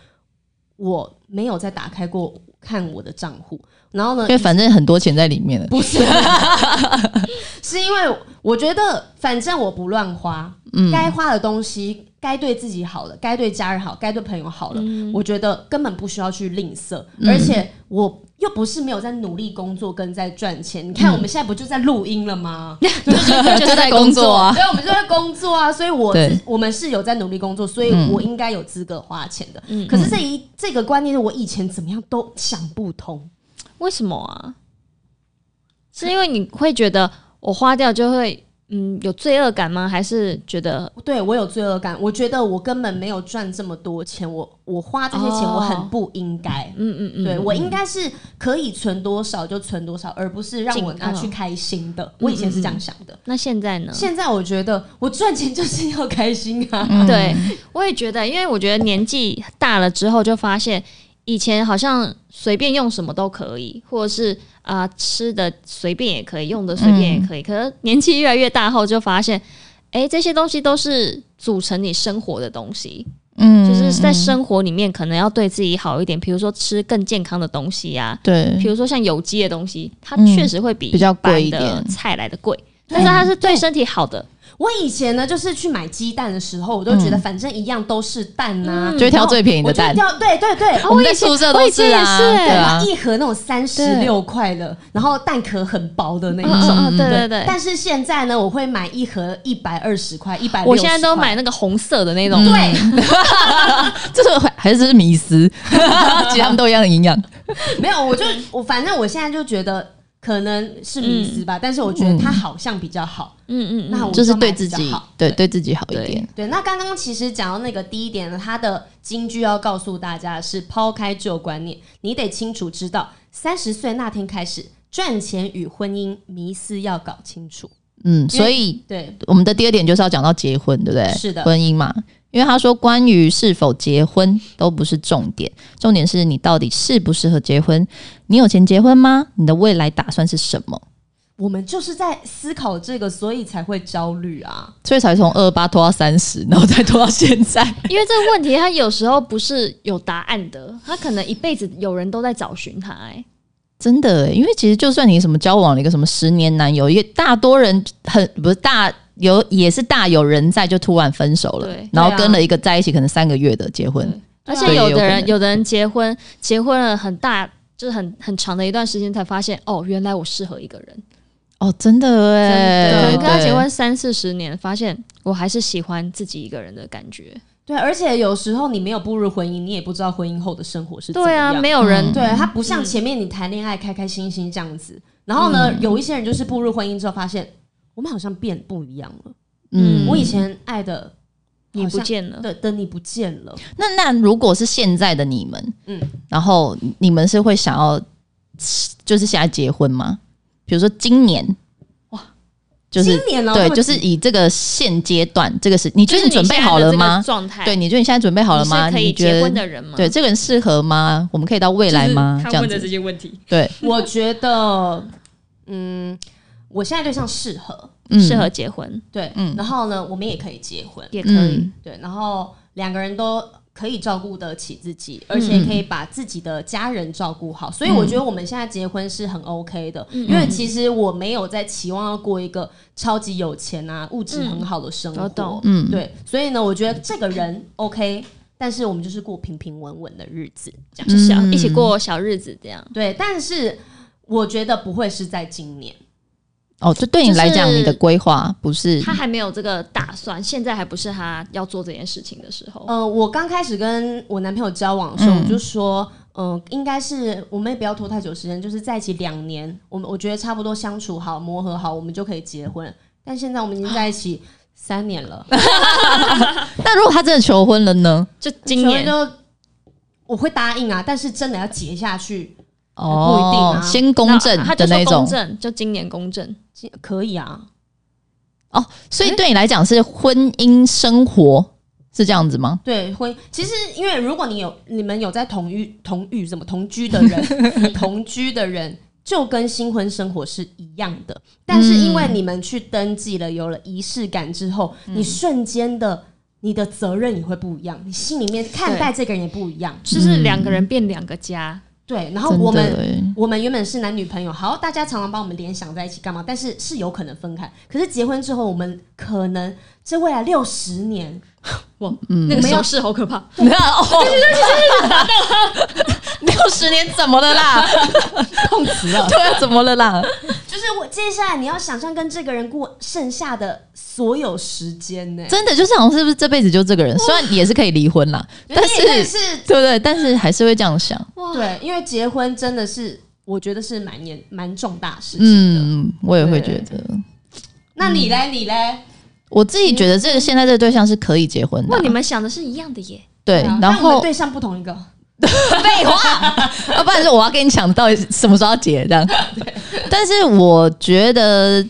S2: 我没有再打开过看我的账户。然后呢
S3: 因，为反正很多钱在里面了。
S2: 不是，是因为我觉得反正我不乱花，该花的东西，该对自己好了，该对家人好，该对朋友好了，我觉得根本不需要去吝啬，而且我。又不是没有在努力工作跟在赚钱，你看我们现在不就在录音了吗？
S3: 就在工作 啊
S2: 所以我们就在工作啊，所以我
S3: 对
S2: 自我们是有在努力工作，所以我应该有资格花钱的。
S1: 嗯
S2: 可是这一这个观念，我以前怎么样都想不通。
S1: 为什么啊？是因为你会觉得我花掉就会嗯有罪恶感吗？还是觉得
S2: 对我有罪恶感，我觉得我根本没有赚这么多钱，我我花这些钱
S1: 哦
S2: 我很不应该。
S1: 嗯嗯嗯，
S2: 对我应该是可以存多少就存多少，而不是让我
S1: 尽嗯
S2: 拿去开心的。我以前是这样想的，
S1: 那现在呢？
S2: 现在我觉得我赚钱就是要开心啊。
S3: 嗯
S1: 对，我也觉得，因为我觉得年纪大了之后，就发现以前好像随便用什么都可以，或者是啊、呃吃的随便也可以，用的随便也可以。可是年纪越来越大后，就发现，哎、这些东西都是组成你生活的东西，
S3: 嗯
S1: 就是在生活里面可能要对自己好一点，比如说吃更健康的东西呀、
S3: 对
S1: 比如说像有机的东西，它
S3: 嗯
S1: 确实会嗯比
S3: 比较
S1: 一般
S3: 贵一
S1: 的
S3: 点
S1: 菜来的贵，但是它是对身体好的。
S2: 我以前呢，就是去买鸡蛋的时候，我都觉得反正一样都是蛋呐、啊，
S3: 嗯就会挑最便宜的蛋
S2: 我就挑对对对。
S1: 啊
S3: 我们
S1: 以
S3: 在
S1: 前
S3: 宿舍
S1: 嗯我以
S3: 都
S1: 前
S3: 是
S1: 也
S3: 啊，
S1: 是
S3: 对啊，
S2: 一盒那种三十六块的，然后蛋壳很薄的那一
S1: 嗯
S2: 种。
S1: 嗯嗯，对对对。
S2: 但是现在呢，我会买一盒一百二十块，一百
S1: 我现在都买那个红色的那种，嗯
S2: 对，
S3: 这是还是迷 思，其实他们都一样的营养。
S2: 没有，我就我反正我现在就觉得。可能是迷思
S3: 嗯
S2: 吧，但是我觉得它好像比较好。
S1: 嗯嗯，
S2: 那我
S3: 就是
S2: 就
S3: 对
S2: 买比
S3: 自
S2: 较
S3: 己
S2: 好，
S3: 对对自己好一
S1: 对
S3: 点。
S2: 对，那刚刚其实讲到那个第一点呢，它的金句要告诉大家的是抛开旧观念，你得清楚知道，三十岁那天开始，赚钱与婚姻迷思要搞清楚。
S3: 嗯，所以
S2: 对，
S3: 我们的第二点就是要讲到结婚，对不对？
S2: 是的
S3: 婚姻嘛。因为他说，关于是否结婚都不是重点，重点是你到底适不适合结婚，你有钱结婚吗？你的未来打算是什么？
S2: 我们就是在思考这个，所以才会焦虑啊。
S3: 所以才从二八拖到三十，然后再拖到现在。
S1: 因为这个问题，它有时候不是有答案的，它可能一辈子有人都在找寻它、哎，
S3: 真的欸，因为其实就算你什么交往了一个什么十年男友，也大多人很不是大有也是大有人在，就突然分手了
S1: 对，
S3: 然后
S2: 对啊
S3: 跟了一个在一起可能三个月的结婚，
S1: 而
S3: 对也
S1: 且有
S3: 有可
S1: 的人，
S3: 能
S1: 有的人结婚，结婚了很大，就是很很长的一段时间，才发现哦，原来我适合一个人。
S3: 哦，真的哎，
S1: 可能
S3: 对
S1: 跟他结婚三四十年，发现我还是喜欢自己一个人的感觉。
S2: 对，而且有时候你没有步入婚姻，你也不知道婚姻后的生活是怎么
S1: 对啊，
S2: 样。
S1: 没有嗯人、
S2: 对，它不像前面你谈恋爱开开心心这样子。然后
S1: 嗯
S2: 呢，有一些人就是步入婚姻之后发现，我们好像变不一样了。
S3: 嗯，
S2: 我以前爱的
S1: 你
S2: 好
S1: 不
S2: 像
S1: 见了。
S2: 对的你不见了，
S3: 那那如果是现在的你们，嗯
S2: 嗯，
S3: 然后你们是会想要就是现在结婚吗？比如说今年，哇，就是
S2: 今年哦，
S3: 对，
S2: 这么
S3: 就是以这个现阶段这个是，你觉得你准备好了吗？
S1: 状态，
S3: 对，你觉得你现在准备好了吗？
S1: 你是可以
S3: 你觉
S1: 结
S3: 得
S1: 婚的人吗？
S3: 对，这个人适合吗？我们可以到未来吗？这样子，
S1: 些问题，
S3: 对，
S2: 我觉得，嗯，我现在对象适合，
S3: 嗯
S1: 适合结婚
S2: 对，
S3: 嗯
S2: 然后呢，我们也可以结婚，
S1: 也可以。
S3: 嗯
S2: 对，然后两个人都可以照顾得起自己，而且可以把自己的家人照顾好，所以我觉得我们现在结婚是很 OK 的，因为其实我没有在期望要过一个超级有钱啊、物质很好的生
S1: 我
S2: 活
S1: 懂，
S3: 嗯
S2: 对，所以呢，我觉得这个人 OK，但是我们就是过平平稳稳的日子，这样
S1: 就小
S3: 嗯
S1: 一起过小日子这样，
S2: 对，但是我觉得不会是在今年。
S3: 哦，这对你来讲，
S1: 就是
S3: 你的规划不是
S1: 他还没有这个打算，现在还不是他要做这件事情的时
S3: 哦
S1: 候。
S2: 呃，我刚开始跟我男朋友交往的时候，
S3: 嗯
S2: 我就说，嗯、应该是我们也不要拖太久时间，就是在一起两年，我们我觉得差不多相处好、磨合好，我们就可以结婚。但现在我们已经在一起三年了，
S3: 那如果他真的求婚了呢？
S1: 就今
S2: 所
S1: 年
S2: 以就我会答应啊，但是真的要结下去不一定
S3: 哦
S2: 啊，
S3: 先公证
S1: 那他
S3: 的
S1: 就
S3: 那
S1: 说
S3: 种嗯
S1: 公证，就今年公证，
S2: 可以啊。
S3: 哦，所以对你来讲是婚姻生活是这样子吗？
S2: 对，婚姻其实因为如果你有你们有在同居同居什么同居的人，同居的人就跟新婚生活是一样的，但是因为你们去登记了，有了仪式感之后，你瞬间的你的责任也会不一样，你心里面看待这个人也不一样。
S1: 就是两个人变两个家，
S2: 对，然后
S3: 真
S2: 我
S3: 的
S2: 们。
S3: 欸，
S2: 我们原本是男女朋友，好，大家常常把我们联想在一起干嘛？但是是有可能分开。可是结婚之后，我们可能这未来六十年，
S1: 哇，
S3: 嗯
S1: 那个手势好可 怕。
S3: 你看哦，六十年怎么了啦？
S2: 碰瓷了，
S3: 对啊，怎么了啦？
S2: 就是我接下来你要想象跟这个人过剩下的所有时间呢、
S3: 真的就是好像是不是这辈子就这个人？虽然也是可以离婚啦，但是
S2: 哎但是
S3: 对不对？但是还是会这样想。
S1: 哇，
S2: 对，因为结婚真的是我觉得是蛮严蛮重大事情的。
S3: 嗯，我也会觉得，
S2: 那你嘞，你嘞？
S3: 我自己觉得
S2: 嗯
S3: 这个现在这个对象是可以结婚的
S1: 哇，
S3: 啊、
S1: 你们想的是一样的耶。
S3: 对
S2: 啊，
S3: 然
S2: 但我们
S3: 后
S2: 对象不同一个，
S3: 废话， 要不然是我要跟你抢到底什么时候要结这样。但是我觉得。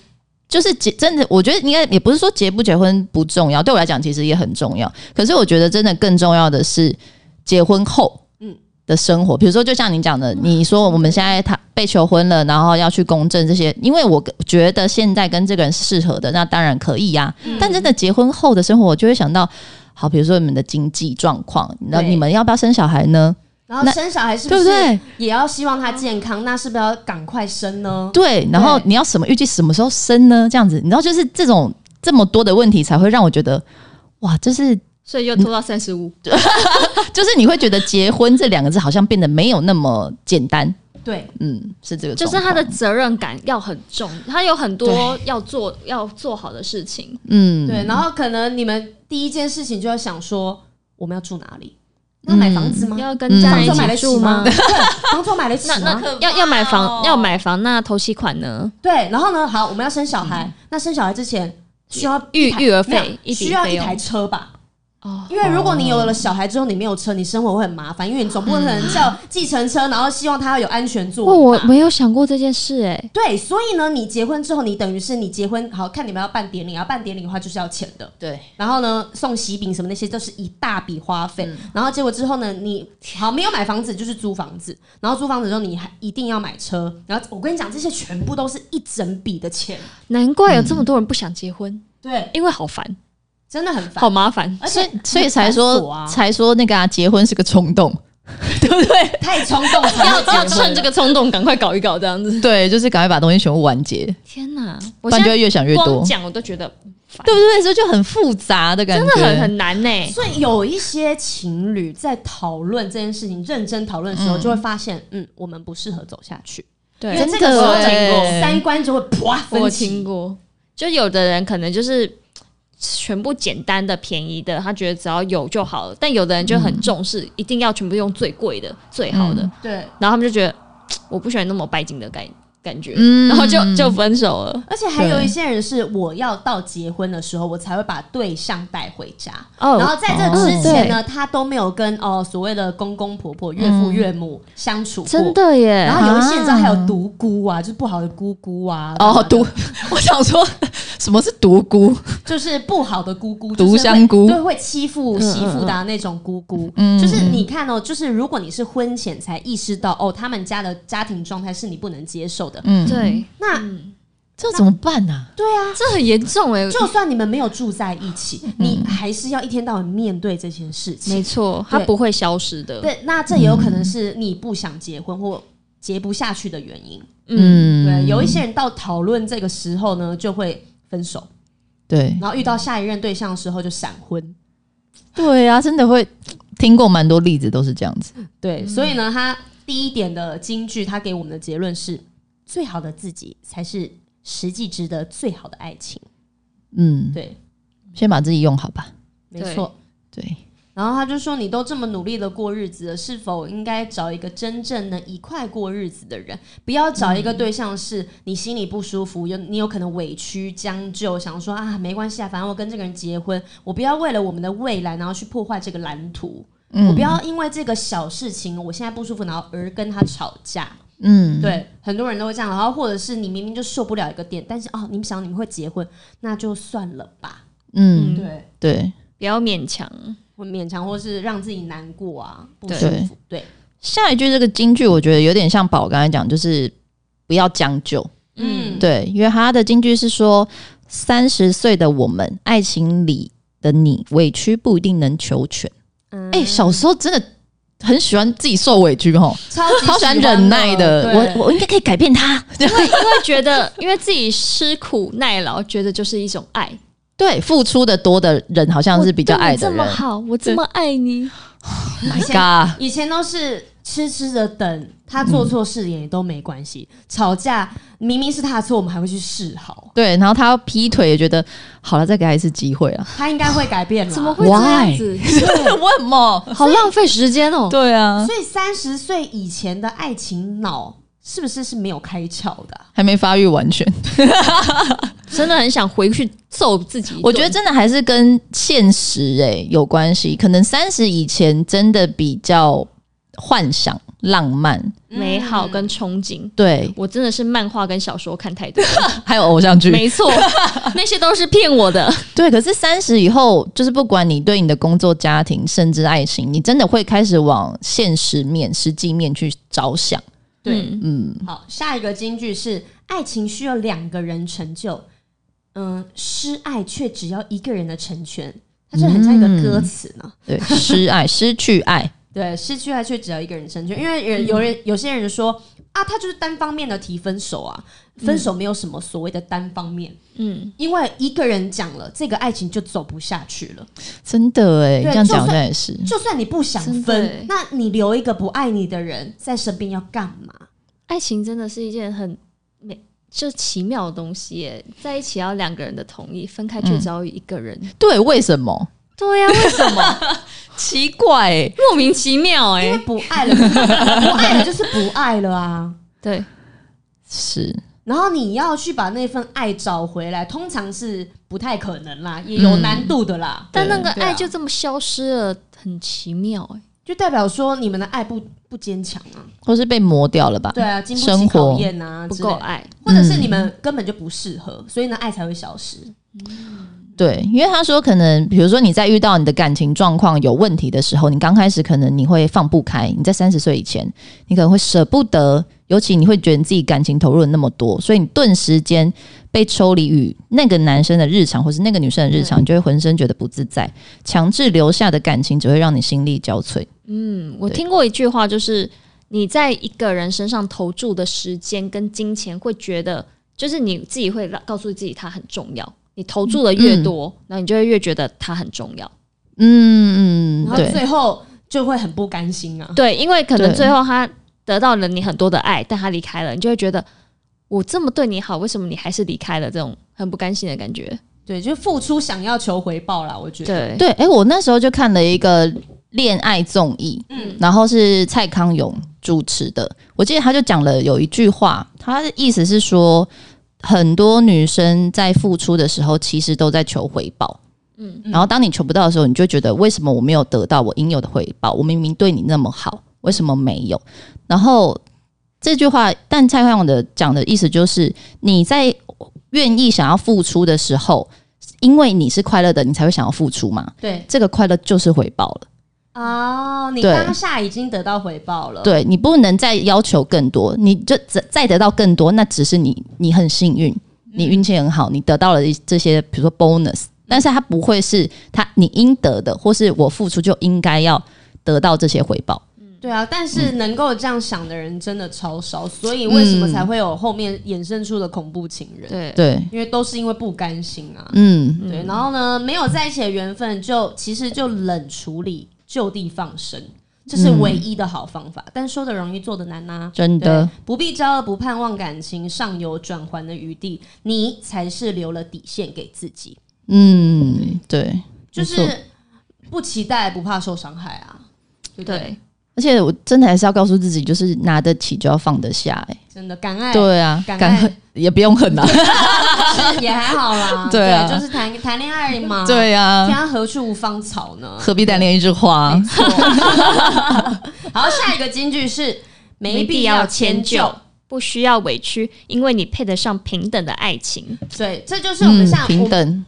S3: 就是结真的，我觉得应该也不是说结不结婚不重要，对我来讲其实也很重要。可是我觉得真的更重要的是结婚后
S2: 嗯
S3: 的生活，比如说就像你讲的，你说我们现在他被求婚了，然后要去公证这些，因为我觉得现在跟这个人是适合的，那当然可以呀、
S2: 嗯
S3: 但真的结婚后的生活，我就会想到，好，比如说你们的经济状况，那
S2: 对
S3: 你们要不要生小孩呢？
S2: 然后
S3: 那
S2: 生小孩是不
S3: 对不
S2: 是
S3: 对？
S2: 也要希望他健康？那是不是要赶快生呢？
S3: 对，然后
S2: 对
S3: 你要什么预计什么时候生呢？这样子，你知道，就是这种这么多的问题，才会让我觉得，哇，就是
S1: 所以就拖到三十五，
S3: 就是你会觉得结婚这两个字好像变得没有那么简单，
S2: 对，
S3: 嗯，是这个
S1: 就
S3: 状
S1: 是
S3: 况，
S1: 他的责任感要很重，他有很多要做要做好的事情。
S3: 嗯
S2: 对，然后可能你们第一件事情就要想说，我们要住哪里？要买房子吗？
S1: 要跟家人
S2: 房租买
S1: 一
S2: 得
S1: 起
S2: 起
S1: 住吗？
S2: 对，房租买 得起
S1: 那
S2: 吗？
S1: 那要要嗯买房要买房，那头期款呢？
S2: 对，然后呢？好，我们要生小孩，那生小孩之前需要
S1: 嗯育
S2: 一台
S1: 育儿
S2: 没有
S1: 费一笔
S2: 需要
S1: 费
S2: 一
S1: 用
S2: 台车吧？
S1: 哦，
S2: 因为如果你有了小孩之后，你没有车，你生活会很麻烦，因为你总不可能叫计程车，然后希望他有安全座
S1: 哇，
S2: 椅
S1: 哦我
S2: 吧。
S1: 没有想过这件事哎、
S2: 对，所以呢，你结婚之后，你等于是你结婚好看你们要办典礼，要办典礼的话就是要钱的，
S3: 对，
S2: 然后呢送喜饼什么那些都是一大笔花费，
S1: 嗯
S2: 然后结果之后呢，你好没有买房子就是租房子，然后租房子之后你还一定要买车，然后我跟你讲这些全部都是一整笔的钱，
S1: 难怪有这么多人不想结婚，
S2: 对，
S1: 因为好烦，
S2: 真的很烦
S1: 好，麻烦。
S2: 而
S3: 所
S2: 且
S3: 以所以才
S2: 很繁琐
S3: 说、
S2: 啊
S3: 才说那个啊，结婚是个冲动， 对不对？
S2: 太冲动才
S1: 要
S2: 会结婚
S1: 要趁这个冲动赶快搞一搞这样子。
S3: 对，就是赶快把东西全部完结，
S1: 天哪，
S3: 不
S1: 我
S3: 然
S1: 现
S3: 就
S1: 在
S3: 会越想越多
S1: 光，讲我都觉得烦
S3: 对，不对？所以就很复杂的感
S1: 真
S3: 觉，
S1: 的很很难欸呢、
S2: 所以有一些情侣在讨论这件事情、认真讨论的时候，就会发现，嗯，我们不适合走下去，因为
S1: 对，
S2: 这个时候
S1: 真的
S3: 欸
S2: 三观就会啪
S1: 我
S2: 分
S1: 听
S2: 歧。
S1: 过，就有的人可能就是。全部简单的、便宜的，他觉得只要有就好了。但有的人就很重视，一定要全部用最贵的、最好的。
S2: 对，
S1: 然后他们就觉得我不喜欢那么拜金的感感觉，
S3: 嗯
S1: 然后就就分手了。
S2: 而且还有一些人是我要到结婚的时候，我才会把对象带回家。
S1: 哦
S2: 然后在这之前呢，他都没有跟哦所谓的公公婆婆、岳父岳母相处过。
S1: 真。的耶，
S2: 然后有一些你知道
S3: 啊
S2: 还有独孤啊，就是不好的姑姑啊。
S3: 哦，独， 我想说什么是独孤？
S2: 就是不好的姑姑，
S3: 独
S2: 就是会
S3: 香菇
S2: 对，会欺负媳妇的啊、那种姑姑。
S3: 嗯
S2: 就是你看哦，就是如果你是婚前才意识到哦，他们家的家庭状态是你不能接受的，
S3: 嗯，，
S1: 对，
S2: 那
S3: 这怎么办呢、
S2: 对啊，
S1: 这很严重哎，
S2: 就算你们没有住在一起，你还是要一天到晚面对这件事
S1: 没
S2: 情。
S1: 错，它
S2: 对
S1: 不会消失的。
S2: 对，那这也有可能是你不想结婚或结不下去的原因。
S1: 嗯，
S2: 对，有一些人到讨论这个时候呢，就会分手，
S3: 对
S2: 然后遇到下一任对象的时候就闪婚。
S3: 对啊，真的会听过蛮多例子，都是这样子。
S2: 对，所以呢，他第一点的金句，他给我们的结论是：最好的自己才是实际值得最好的爱情。
S3: 嗯，
S2: 对，
S3: 先把自己用好吧。
S2: 没错。
S3: 对，
S2: 然后他就说：“你都这么努力的过日子了，是否应该找一个真正能一块过日子的人？不要找一个对象是你心里不舒服，有你有可能委屈将就，想说啊没关系啊，反正我跟这个人结婚，我不要为了我们的未来，然后去破坏这个蓝图。
S3: 嗯
S2: 我不要因为这个小事情，我现在不舒服，然后而跟他吵架。
S3: 嗯，
S2: 对，很多人都会这样。然后或者是你明明就受不了一个点，但是哦，你们想你们会结婚，那就算了吧。
S3: 嗯，
S1: 嗯
S2: 对，
S3: 对，
S1: 不要勉强。
S2: 会勉强或是让自己难过啊，不舒
S3: 对
S2: 服。对，
S3: 下一句这个金句，我觉得有点像宝刚才讲，就是不要将就。
S2: 嗯，
S3: 对，因为他的金句是说：“三十岁的我们，爱情里的你，委屈不一定能求全。
S2: 嗯
S3: 哎、小时候真的很喜欢自己受委屈吼，
S2: 超级
S3: 超喜欢忍耐的。
S2: 对
S3: 我我应该可以改变他。
S1: 因为因为觉得，因为自己吃苦耐劳，觉得就是一种爱，
S3: 对，付出的多的人好像是比较爱的
S1: 我对你
S3: 人。
S1: 这么好，我这么爱你，
S3: My God，
S2: 以前都是痴痴的等，他做错事也都没关系，吵架明明是他的错，我们还会去示好，
S3: 对，然后他劈腿也觉得好了，再给他一次机会 啊。
S2: 他应该会改变啦
S1: 怎么会这样
S3: Why？
S1: 子？
S3: 问么？
S1: 好浪费时间哦。
S3: 对啊，
S2: 所以三十岁以前的爱情脑是不是是没有开窍的啊、
S3: 还没发育完全。
S1: 真的很想回去揍自己一顿。
S3: 我觉得真的还是跟现实诶、有关系，可能三十以前真的比较幻想、浪漫，
S1: 美好跟憧憬，
S3: 对，
S1: 我真的是漫画跟小说看太多了，
S3: 还有偶像剧，
S1: 没 错，那些都是骗我的。
S3: 对。可是三十以后，就是不管你对你的工作、家庭，甚至爱情，你真的会开始往现实面、实际面去着想。
S2: 对
S1: 嗯
S3: 嗯，
S2: 好，下一个金句是：爱情需要两个人成就，嗯，失爱却只要一个人的成全。它是很像一个歌词呢。
S3: 对，失爱、失去爱，
S2: 对，失去爱却只要一个人成全，因为有有人有些人说啊，他就是单方面的提分手啊，分手没有什么所谓的单方面，
S1: 嗯，
S2: 因为一个人讲了，这个爱情就走不下去了。
S3: 真的诶、
S2: 对
S3: 这样讲
S2: 就算
S3: 好像也是，
S2: 就算你不想
S1: 真的
S2: 分
S1: 欸，
S2: 那你留一个不爱你的人在身边要干嘛？
S1: 爱情真的是一件很美。就奇妙的东西耶，在一起要嗯两个人的同意，分开却只要一个人。
S3: 对，为什么？
S1: 啊对呀、为什么？
S3: 奇怪、欸，
S1: 莫名其妙哎、
S2: 因为不爱了，不爱了 就是不爱了啊。
S1: 对，
S3: 是
S2: 然后你要去把那份爱找回来，通常是不太可能啦，也有难度的啦。
S1: 但那个
S2: 对啊
S1: 爱就这么消失了，很奇妙哎、
S2: 就代表说你们的爱不不坚强啊，
S3: 或是被磨掉了吧？
S2: 对啊，经不起
S3: 生活
S2: 考验啊，
S1: 不
S2: 之类
S1: 够
S2: 的，
S1: 爱。
S2: 或者是你们根本就不适合，所以呢，爱才会消失。
S3: 对，因为他说可能，比如说你在遇到你的感情状况有问题的时候，你刚开始可能你会放不开，你在三十岁以前，你可能会舍不得，尤其你会觉得你自己感情投入了那么多，所以你顿时间被抽离于那个男生的日常或是那个女生的日常，你就会浑身觉得不自在。强制留下的感情只会让你心力交瘁。
S1: 嗯，我
S3: 对
S1: 听过一句话，就是你在一个人身上投注的时间跟金钱，会觉得就是你自己会告诉自己他很重要。你投注的越多，那、你就会越觉得他很重要。
S3: 嗯嗯，
S2: 然后
S3: 对
S2: 最后就会很不甘心啊。
S1: 对，因为可能
S3: 对
S1: 最后他得到了你很多的爱，但他离开了，你就会觉得我这么对你好，为什么你还是离开了？这种很不甘心的感觉。
S2: 对，就付出想要求回报啦，我觉得。
S1: 对，
S3: 对，哎、我那时候就看了一个恋爱综艺，
S2: 嗯，
S3: 然后是蔡康永主持的。我记得他就讲了有一句话，他的意思是说，很多女生在付出的时候，其实都在求回报。嗯，然后当你求不到的时候，你就觉得为什么我没有得到我应有的回报？我明明对你那么好，为什么没有？然后这句话，但蔡康永的讲的意思就是，你在愿意想要付出的时候，因为你是快乐的，你才会想要付出嘛。
S2: 对
S3: 这个快乐就是回报了。
S2: 哦，你
S3: 对
S2: 当下已经得到回报了。
S3: 对你不能再要求更多，你就再再得到更多，那只是你你很幸运，
S2: 嗯
S3: 你运气很好，你得到了一这些，比如说 bonus，但是它不会是它你应得的，或是我付出就应该要得到这些回报。
S2: 对啊，但是能够这样想的人真的超少，所以为什么才会有后面衍生出的恐怖情人？
S1: 对，
S3: 对，
S2: 因为都是因为不甘心啊。
S3: 嗯，
S2: 对，然后呢，没有在一起的缘分就其实就冷处理，就地放生，这是唯一的好方法。但说的容易，做的难呐、
S3: 嗯真
S2: 对
S3: 的，，
S2: 不必骄傲，不盼望感情上有转圜的余地，你才是留了底线给自己，
S3: 嗯，对，
S2: 就
S3: 没错
S2: 是不期待，不怕受伤害啊，对不对？
S1: 对，
S3: 而且我真的还是要告诉自己，就是拿得起就要放得下、欸。
S2: 真的敢爱，
S3: 对啊，
S2: 哎敢
S3: 敢
S2: 爱
S3: 恨也不用 恨啊。
S2: 是也还好啦，
S3: 对啊
S2: 就是谈谈恋爱而已嘛，，
S3: 对
S2: 天
S3: 啊，
S2: 涯何处无芳草呢？
S3: 何必单恋一枝花？
S2: 好，下一个金句是没
S1: 没
S2: 必
S1: 必
S2: 要
S1: 要
S2: 迁
S1: 迁
S2: 就
S1: 就，不需要委屈，因为你配得上平等的爱情。
S2: 对，这就是我们像我
S3: 嗯平等，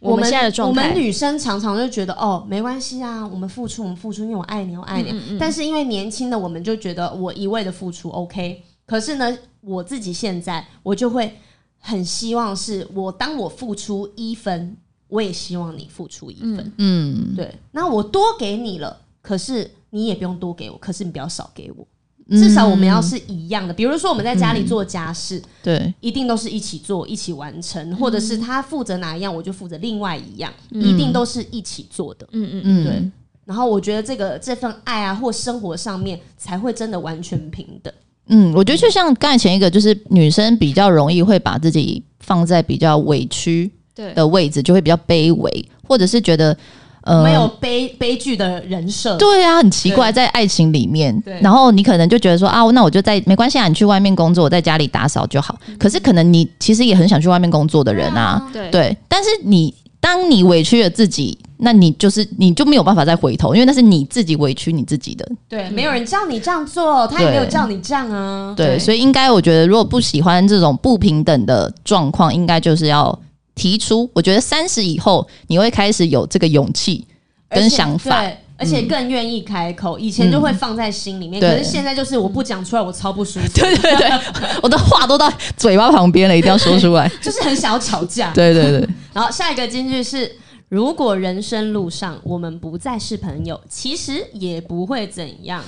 S1: 我们现在的状
S2: 我们
S1: 态，
S2: 女生常常就觉得哦，没关系啊，我们付出，我们付出，因为我爱你，我
S1: 嗯
S2: 爱你。但是因为年轻的我们就觉得哦我一味的付出 OK，可是呢，我自己现在我就会很希望是我当我付出一分，我也希望你付出一分。
S3: 嗯。
S2: 对，那我多给你了，可是你也不用多给我，可是你不要少给我。
S3: 嗯
S2: 至少我们要是一样的，比如说我们在家里做家事，
S3: 对，
S2: 一定都是一起做、一起完
S3: 嗯
S2: 成，或者是他负责哪一样，我就负责另外一样，一定都是一起做的。
S1: 嗯嗯，
S3: 嗯，
S2: 对，然后我觉得这个这份爱啊，或生活上面才会真的完全平等。
S3: 嗯，我觉得就像刚才前一个，就是女生比较容易会把自己放在比较委屈
S1: 对，
S3: 的位置，就会比较卑微，或者是觉得呃
S2: 没有悲悲剧的人设，
S3: 对啊，很奇怪，在爱情里面
S2: 对，
S3: 然后你可能就觉得说啊，那我就在没关系啊，你去外面工作，我在家里打扫就好。可是可能你其实也很想去外面工作的人啊，
S1: 对
S3: 对，但是你当你委屈了自己，那你就是你就没有办法再回头，因为那是你自己委屈你自己的，
S2: 对，没有人叫你这样做，他也没有
S3: 对
S2: 叫你这样啊。
S3: 对，
S1: 对
S3: 所以应该我觉得，如果不喜欢这种不平等的状况，应该就是要提出。我觉得三十以后，你会开始有这个勇 气
S2: 而
S3: 跟
S2: 且
S3: 想法。嗯
S2: 对，而且更愿意开口。以前就会放在心里面，可是
S3: 对
S2: 现在就是我不讲出来，我超不舒服，
S3: 嗯对对对， 我的话都到嘴巴旁边了，一定要说出 来。
S2: 就是很想要吵架。
S3: 对对对，
S2: 然后下一个金句是：如果人生路上我们不再是朋友，其实也不会怎样。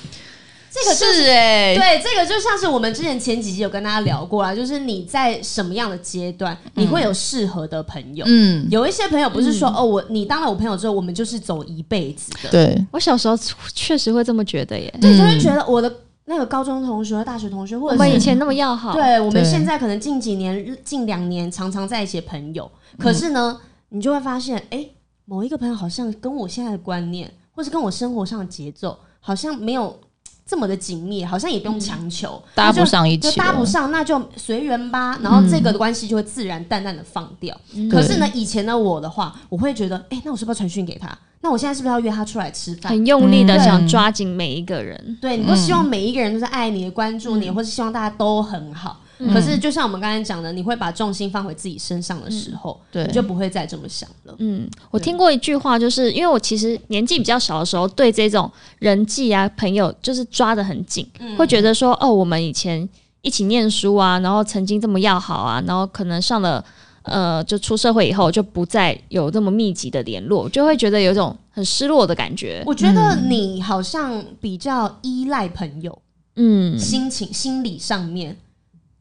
S2: 这个就是。
S3: 是哎、
S2: 对，这个就像是我们之前前几集有跟大家聊过啊，就是你在什么样的阶段，你会有适合的朋友。
S3: 嗯，
S2: 有一些朋友不是说、哦，我你当了我朋友之后，我们就是走一辈子的，
S3: 对，
S1: 我小时候确实会这么觉得耶。
S2: 对，就会觉得我的那个高中同学、大学同学，或
S1: 我
S2: 者
S1: 们以
S2: 是
S1: 前那么要好，
S2: 对我们
S3: 对
S2: 现在可能近几年、近两年常常在一起的
S3: 嗯
S2: 朋友，可是呢，你就会发现，哎、某一个朋友好像跟我现在的观念或是跟我生活上的节奏好像没有这么的紧密，好像也不用强求，
S3: 嗯搭
S2: 那
S3: 不
S2: 就
S3: 上一
S2: 就
S3: 起了，
S2: 搭不上，那就随缘吧。然后这个关系就会自然淡淡的放掉。
S3: 嗯
S1: 嗯
S2: 可是呢，以前的我的话，我会觉得，哎、那我是不是要传讯给他？那我现在是不是要约他出来吃饭？
S1: 很用力的
S3: 嗯
S1: 想抓紧每一个人，
S2: 对，你都希望每一个人都是爱你、关注
S3: 嗯
S2: 你，或是希望大家都很好。可是就像我们刚才讲的，你会把重心放回自己身上的时候，
S3: 对
S2: 你就不会再这么想了。
S1: 嗯，我听过一句话，就是因为我其实年纪比较小的时候，对这种人际啊、朋友就是抓得很紧，
S2: 嗯
S1: 会觉得说哦，我们以前一起念书啊，然后曾经这么要好啊，然后可能上了呃，就出社会以后就不再有这么密集的联络，就会觉得有一种很失落的感觉。
S2: 我觉得你好像比较依赖朋友，
S1: 嗯，
S2: 心情、心理上面，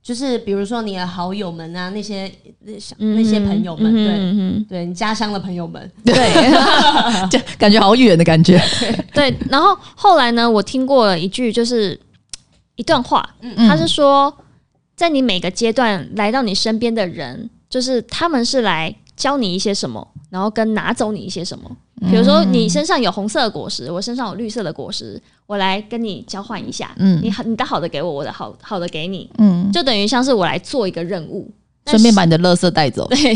S2: 就是比如说你的好友们啊，那些那小那些朋友们，对。
S1: 嗯
S2: 对你家乡的朋友们，
S3: 对， 就感觉好远的感觉。
S1: 嗯对。然后后来呢，我听过了一句就是一段话，
S3: 嗯
S1: 他是说，在你每个阶段来到你身边的人，就是他们是来教你一些什么，然后跟拿走你一些什么。
S3: 嗯
S1: 比如说，你身上有红色的果实，我身上有绿色的果实，我来跟你交换一下。
S3: 嗯
S1: 你好，你的好的给我，我的好好的给你，
S3: 嗯，
S1: 就等于像是我来做一个任务。
S3: 顺便把你的垃圾带走。
S1: 对，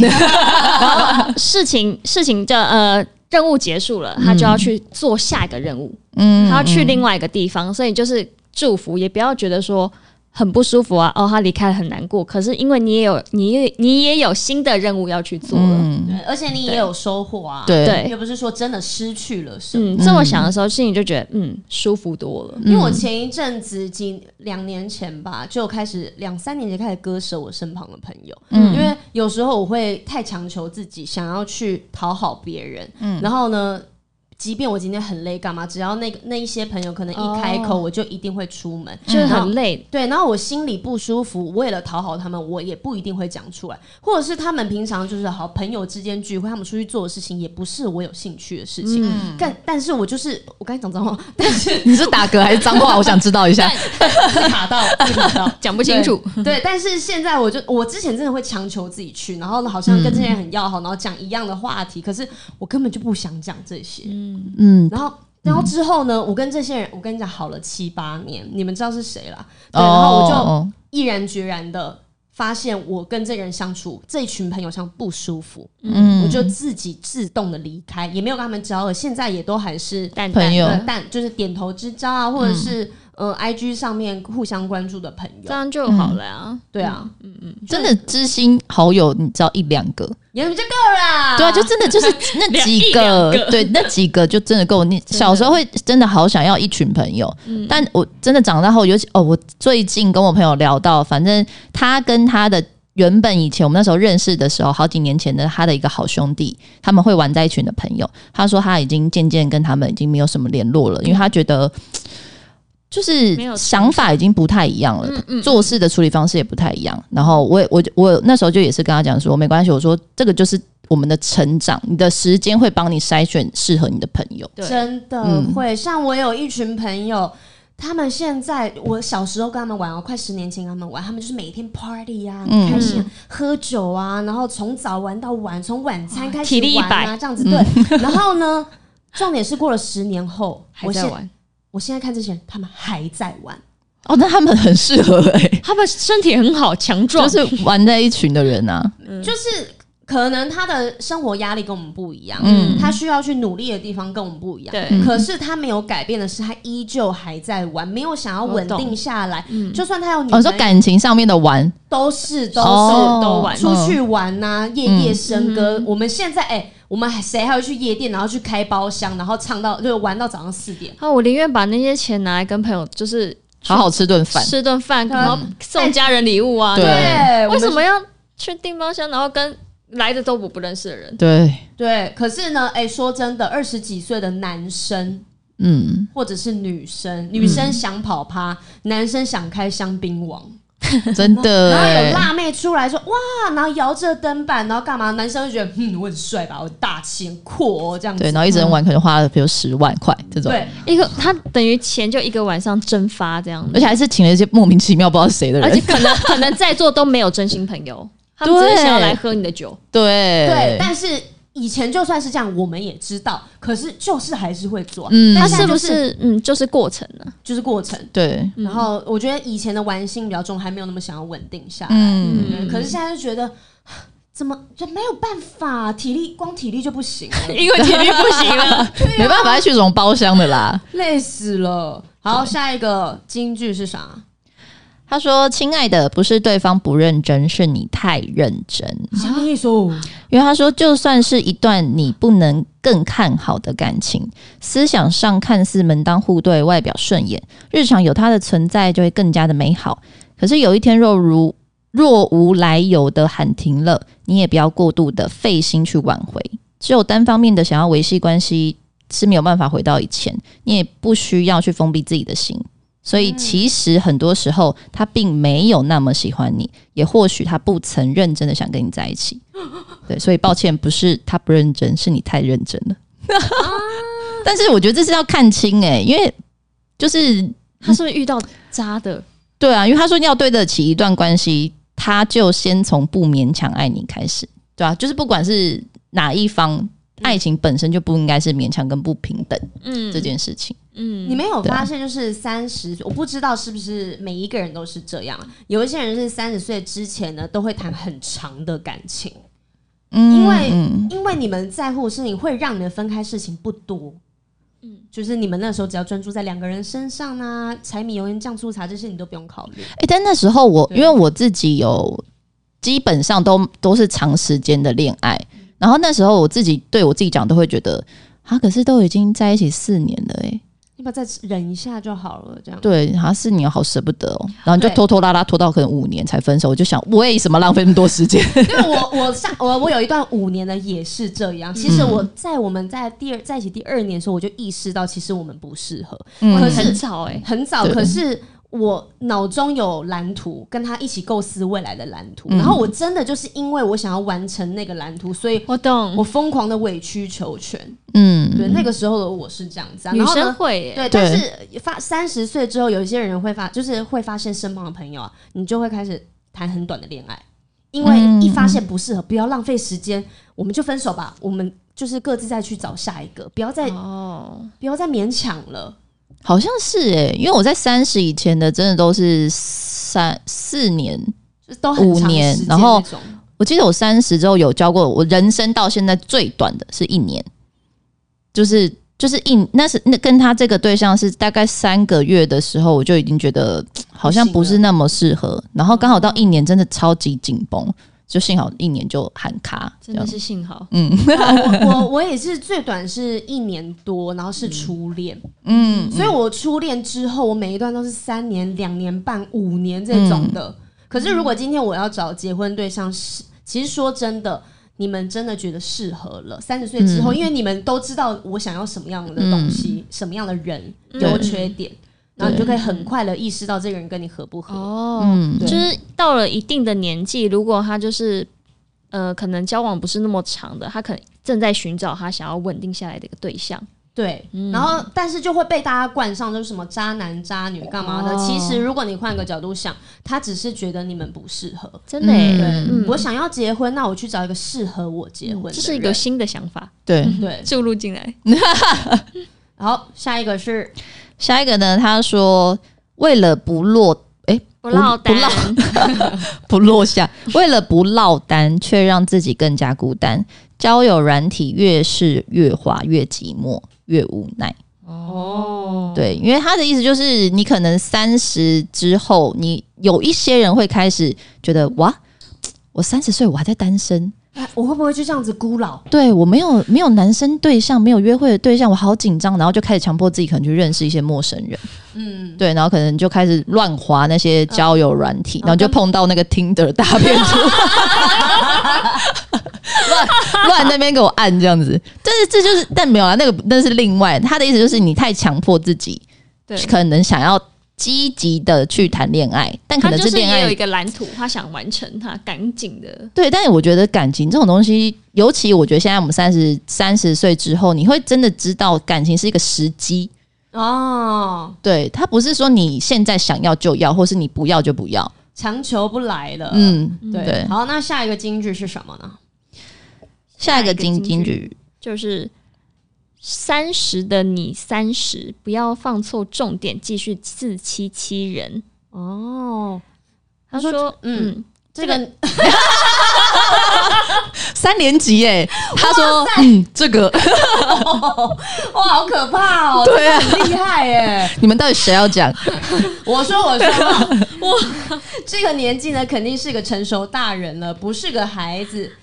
S1: 然后事情事情就呃任务结束了，他就要去做下一个任务，
S3: 嗯，
S1: 他要去另外一个地方，所以就是祝福，也不要觉得说很不舒服啊，哦，他离开了很难过。可是因为你也有你也你也有新的任务要去做了，
S3: 嗯，
S2: 对，而且你也有收获啊，，
S3: 对，
S1: 对
S2: 又不是说真的失去了什么。
S1: 嗯，这么想的时候，心里就觉得嗯舒服多了。
S3: 嗯
S2: 因为我前一阵子几两年前吧，就开始两三年前开始割舍我身旁的朋友，嗯，因为有时候我会太强求自己，想要去讨好别人，嗯，然后呢，即便我今天很累，干嘛，只要那个那一些朋友可能一开口，
S1: 哦
S2: 我就一定会出门，
S1: 就是
S2: 然后
S1: 很累，
S2: 对，然后我心里不舒服，为了讨好他们，我也不一定会讲出来，或者是他们平常就是好朋友之间聚会，他们出去做的事情也不是我有兴趣的事情。但但是我就是我刚才讲脏话，但是
S3: 你是打嗝还是脏话？我想知道一 下。
S2: 卡到卡到。
S1: 讲不清楚。
S2: 对，但是现在我就我之前真的会强求自己去，然后好像跟这些人很要好，然后讲一样的话题，可是我根本就不想讲这些。
S3: 嗯，
S2: 然后，然后之后呢，我跟这些人，我跟你讲好了七八年，你们知道是谁啦。对，然后我就
S3: 哦，
S2: 毅然决然的发现，我跟这个人相处，这一群朋友相处不舒服，
S3: 嗯
S2: 我就自己自动的离开，也没有跟他们交恶，现在也都还是
S1: 但
S3: 朋友
S2: 呃但就是点头之交啊，
S3: 嗯
S2: 或者是、呃，IG 上面互相关注的朋
S1: 这
S2: 友，
S1: 样就好了
S3: 嗯
S1: 啊。
S2: 对啊，
S3: 真的知心好友，你知道一两个，
S2: 有你们就够了啦，
S3: 对啊，就真的就是那几
S1: 两一两
S3: 个
S1: 个，
S3: 对，那几个就真的够。你小时候会真的好想要一群朋友，但我真的长大后，尤其哦，我最近跟我朋友聊到，反正他跟他的。原本以前我们那时候认识的时候，好几年前的他的一个好兄弟，他们会玩在一群的朋友。他说他已经渐渐跟他们已经没有什么联络
S2: 嗯
S3: 了，因为他觉得就是
S1: 没有
S3: 想法已经不太一样
S2: 嗯
S3: 了，做事的处理方式也不太一样。然后我也我就我那时候就也是跟他讲说，没关系，我说这个就是我们的成长，你的时间会帮你筛选适合你的朋友。
S1: 对
S2: 真的
S3: 嗯
S2: 会。像我有一群朋友，他们现在我小时候跟他们玩哦，快十年前跟他们玩，他们就是每天 party 啊，
S3: 嗯
S2: 很开心啊、喝酒啊，然后从早玩到晚，从晚餐开始
S1: 体力一
S2: 玩
S1: 百
S2: 啊，这样子对。
S3: 嗯
S2: 然后呢，重点是过了十年后，
S1: 还
S2: 我
S1: 在
S2: 现
S1: 玩，
S2: 我现在看这些人，他们还在玩。
S3: 哦，那他们很适合哎、
S1: 他们身体很好，强
S3: 就
S1: 壮，
S3: 是玩在一群的人啊，
S2: 就是可能他的生活压力跟我们不一样，
S3: 嗯
S2: 他需要去努力的地方跟我们不一样。
S1: 对
S2: 可是他没有改变的是，他依旧还在玩，没有想要稳定下来。就算他有女
S3: 哦，
S2: 朋
S3: 说
S2: 友，
S3: 感情上面的玩，
S2: 都是都是、
S3: 哦嗯
S2: 都
S1: 玩
S2: 出去玩呐、夜夜笙歌。我们现在哎、我们还谁还会去夜店，然后去开包厢，然后唱到就玩到早上四点？
S1: 啊，我宁愿把那些钱拿来跟朋友就是
S3: 好好吃顿饭，
S1: 吃顿饭，然后送家人礼物啊。
S3: 对
S2: 对，
S1: 啊为什
S2: 我们？
S1: 么要去订包厢，然后跟来的都不不认识的人？
S3: 对，
S2: 对，可是呢，哎、说真的，二十几岁的男生。
S3: 嗯，
S2: 或者是女生，女生想跑趴，男生想开香槟王，
S3: 真的、
S2: 然后有
S3: 欸，
S2: 辣妹出来说哇，然后摇着灯板，然后干嘛？男生就觉得嗯，我很帅吧，我大气很酷哦，这样子。
S3: 对，然后一整晚可能花了比如十万块这种，
S2: 对
S1: 一个他等于钱就一个晚上蒸发这样
S3: 而
S1: 子，
S3: 且还是请了一些莫名其妙不知道是谁的
S1: 而且
S3: 人，
S1: 可能可 能在座都没有真心朋友，他们只是想要来喝你的酒。
S3: 对
S2: 对，但是以前就算是这样，我们也知道，可是就是还是会做。
S3: 嗯
S1: 它
S2: 但
S1: 是
S2: 现在
S1: 不
S2: 就是
S1: 嗯，就是过程呢、
S2: 就是过程？
S3: 对，
S2: 然后我觉得以前的玩心比较重，还没有那么想要稳定下来。
S3: 嗯，
S2: 对可是现在就觉得。 怎么就没有办法？体力光体力就不行 了，
S1: 因为体力不行啊了。
S3: 没办法再去这种包厢的啦。
S2: 累死了。好，下一个京剧是啥？
S3: 他说：“亲爱的，不是对方不认真，是你太认真。
S2: 什么意思？
S3: 因为他说，就算是一段你不能更看好的感情，思想上看似门当户对，外表顺眼，日常有它的存在就会更加的美好。可是有一天若如若无来由的喊停了，你也不要过度的费心去挽回。只有单方面的想要维系关系是没有办法回到以前，你也不需要去封闭自己的心。所以其实很多时候他并没有那么喜欢你，也或许他不曾认真的想跟你在一起。对，所以抱歉，不是他不认真，是你太认真了。
S2: 啊
S3: 但是我觉得这是要看清哎、因为就是
S1: 他是不是遇到渣的？
S3: 对啊，因为他说你要对得起一段关系，他就先从不勉强爱你开始，对啊，就是不管是哪一
S2: 嗯
S3: 方，爱情本身就不应该是勉强跟不平等
S1: 嗯
S3: 这件事情。
S1: 嗯
S2: 你没有
S3: 对
S2: 发现，就是三十，我不知道是不是每一个人都是这样。有一些人是三十岁之前呢，都会谈很长的感情，
S3: 嗯
S2: 因为
S3: 嗯
S2: 因为你们在乎的事情会让你们分开事情不多。嗯，就是你们那时候只要专注在两个人身上啊，柴米油盐酱醋茶这些你都不用考虑。
S3: 哎、但那时候我
S2: 对
S3: 因为我自己有基本上都都是长时间的恋爱，
S2: 嗯
S3: 然后那时候我自己对我自己讲都会觉得啊，可是都已经在一起四年了哎、
S2: 你把再忍一下就好了，这样。
S3: 对，好像四年好舍不得哦，然后你就
S2: 对
S3: 拖拖拉拉拖到可能五年才分手，我就想为什么浪费那么多时 间？
S2: 因为我我上我我有一段五年的也是这样。其实
S3: 嗯
S2: 我在我们在第二在一起第二年的时候，我就意识到其实我们不适合，
S3: 嗯
S2: 可是
S1: 很吵哎、
S2: 很早，
S3: 对
S2: 可是我脑中有蓝图，跟他一起构思未来的蓝图。
S3: 嗯
S2: 然后我真的就是因为我想要完成那个蓝图，所以
S1: 我懂
S2: 我疯狂的委曲求全。
S3: 嗯，
S2: 对，那个时候的我是这样子、啊。
S1: 女
S2: 然后
S1: 生
S2: 呢？
S1: 会、
S2: 对，
S1: 欸，
S2: 但是发三十岁之后，有一些人会发，就是会发现身旁的朋友啊，你就会开始谈很短的恋爱，因为
S3: 嗯
S2: 一发现不适合，不要浪费时间，我们就分手吧，我们就是各自再去找下一个，不要
S3: 嗯
S2: 再、
S1: 哦，
S2: 不要再勉强了。
S3: 好像是诶、因为我在三十以前的真的都是三四年，
S2: 就是都很
S3: 五
S2: 长的
S3: 年
S2: 时间
S3: 然后
S2: 那种
S3: 我记得我三十之后有交过，我人生到现在最短的是一年，就是就是一那是那跟他这个对象是大概三个月的时候，我就已经觉得嘖好像不是那么适合，然后刚好到一年真的超级紧绷，就幸好一年就喊卡，这
S1: 真
S3: 样嗯
S1: 的哦是幸好。
S2: 啊我 我我也是最短是一年多，然后是初恋，
S3: 嗯，
S2: 所以我初恋之后，我每一段都是三年、两年半、五年这种
S3: 嗯
S2: 的。可是如果今天我要找结婚对象，是其实说真的。你们真的觉得适合了？三十岁之
S3: 嗯
S2: 后，因为你们都知道我想要什么样的东西，什么样的人，
S1: 嗯
S2: 优缺点，然后你就可以很快的意识到这个人跟你合不合。
S1: 哦，
S3: 嗯
S2: 对
S1: 就是到了一定的年纪，如果他就是呃，可能交往不是那么长的，他可能正在寻找他想要稳定下来的一个对象。
S2: 对，
S1: 嗯
S2: 然后但是就会被大家冠上就是什么渣男渣女干嘛的。
S1: 哦
S2: 其实如果你换个角度想，他只是觉得你们不适合。
S1: 真的、
S3: 嗯
S1: 欸，
S2: 对，
S1: 嗯
S2: 我想要结婚，那我去找一个适合我结婚的人。
S1: 这是一个嗯新的想法
S3: 对。
S2: 对。
S1: 注入进来。
S2: 好，下一个是
S3: 下一个呢，他说为了不落
S1: 不落单
S3: 不， 不落下，为了不落单，却让自己更加孤单。交友软体越是越滑，越寂寞，越无奈。
S2: 哦，
S3: 对，因为他的意思就是，你可能三十之后，你有一些人会开始觉得，哇，我三十岁我还在单身，
S2: 哎我会不会就这样子孤老？
S3: 对我没有没有男生对象，没有约会的对象，我好紧张，然后就开始强迫自己可能去认识一些陌生人，
S2: 嗯，
S3: 对，然后可能就开始乱滑那些交友软体，
S2: 嗯
S3: 然后就碰到那个 Tinder 大片图， 乱乱那边给我按这样子。但是这就是，但没有啊，那个那是另外。他的意思就是你太强迫自己，
S1: 对，
S3: 可能想要积极的去谈恋爱，但可
S1: 他
S3: 能
S1: 就是
S3: 恋
S1: 也有一
S3: 爱。
S1: 个蓝图，他想完成他赶紧的。
S3: 对，但是我觉得感情这种东西，尤其我觉得现在我们三十三十岁之后，你会真的知道感情是一个时机，
S2: 哦，
S3: 对，它不是说你现在想要就要，或是你不要就不要。
S2: 强求不来了。，
S3: 嗯，
S2: 对。
S3: 对
S2: 好，那下一个金句是什么呢？
S3: 下一个
S1: 下一个
S3: 金
S1: 金
S3: 金
S1: 句
S3: 句，
S1: 就是三十的你三十，不要放错重点，继续自欺欺人。
S2: 哦，
S1: 他说，
S2: 嗯
S1: 嗯，
S2: 这个
S3: 三连级耶、他说，嗯，这个
S2: 哇，好可怕 哦！
S3: 对啊，
S2: 很厉害耶！
S3: 你们到底谁要讲？
S2: 我说，我 说，我这个年纪呢，肯定是个成熟大人了，不是个孩子。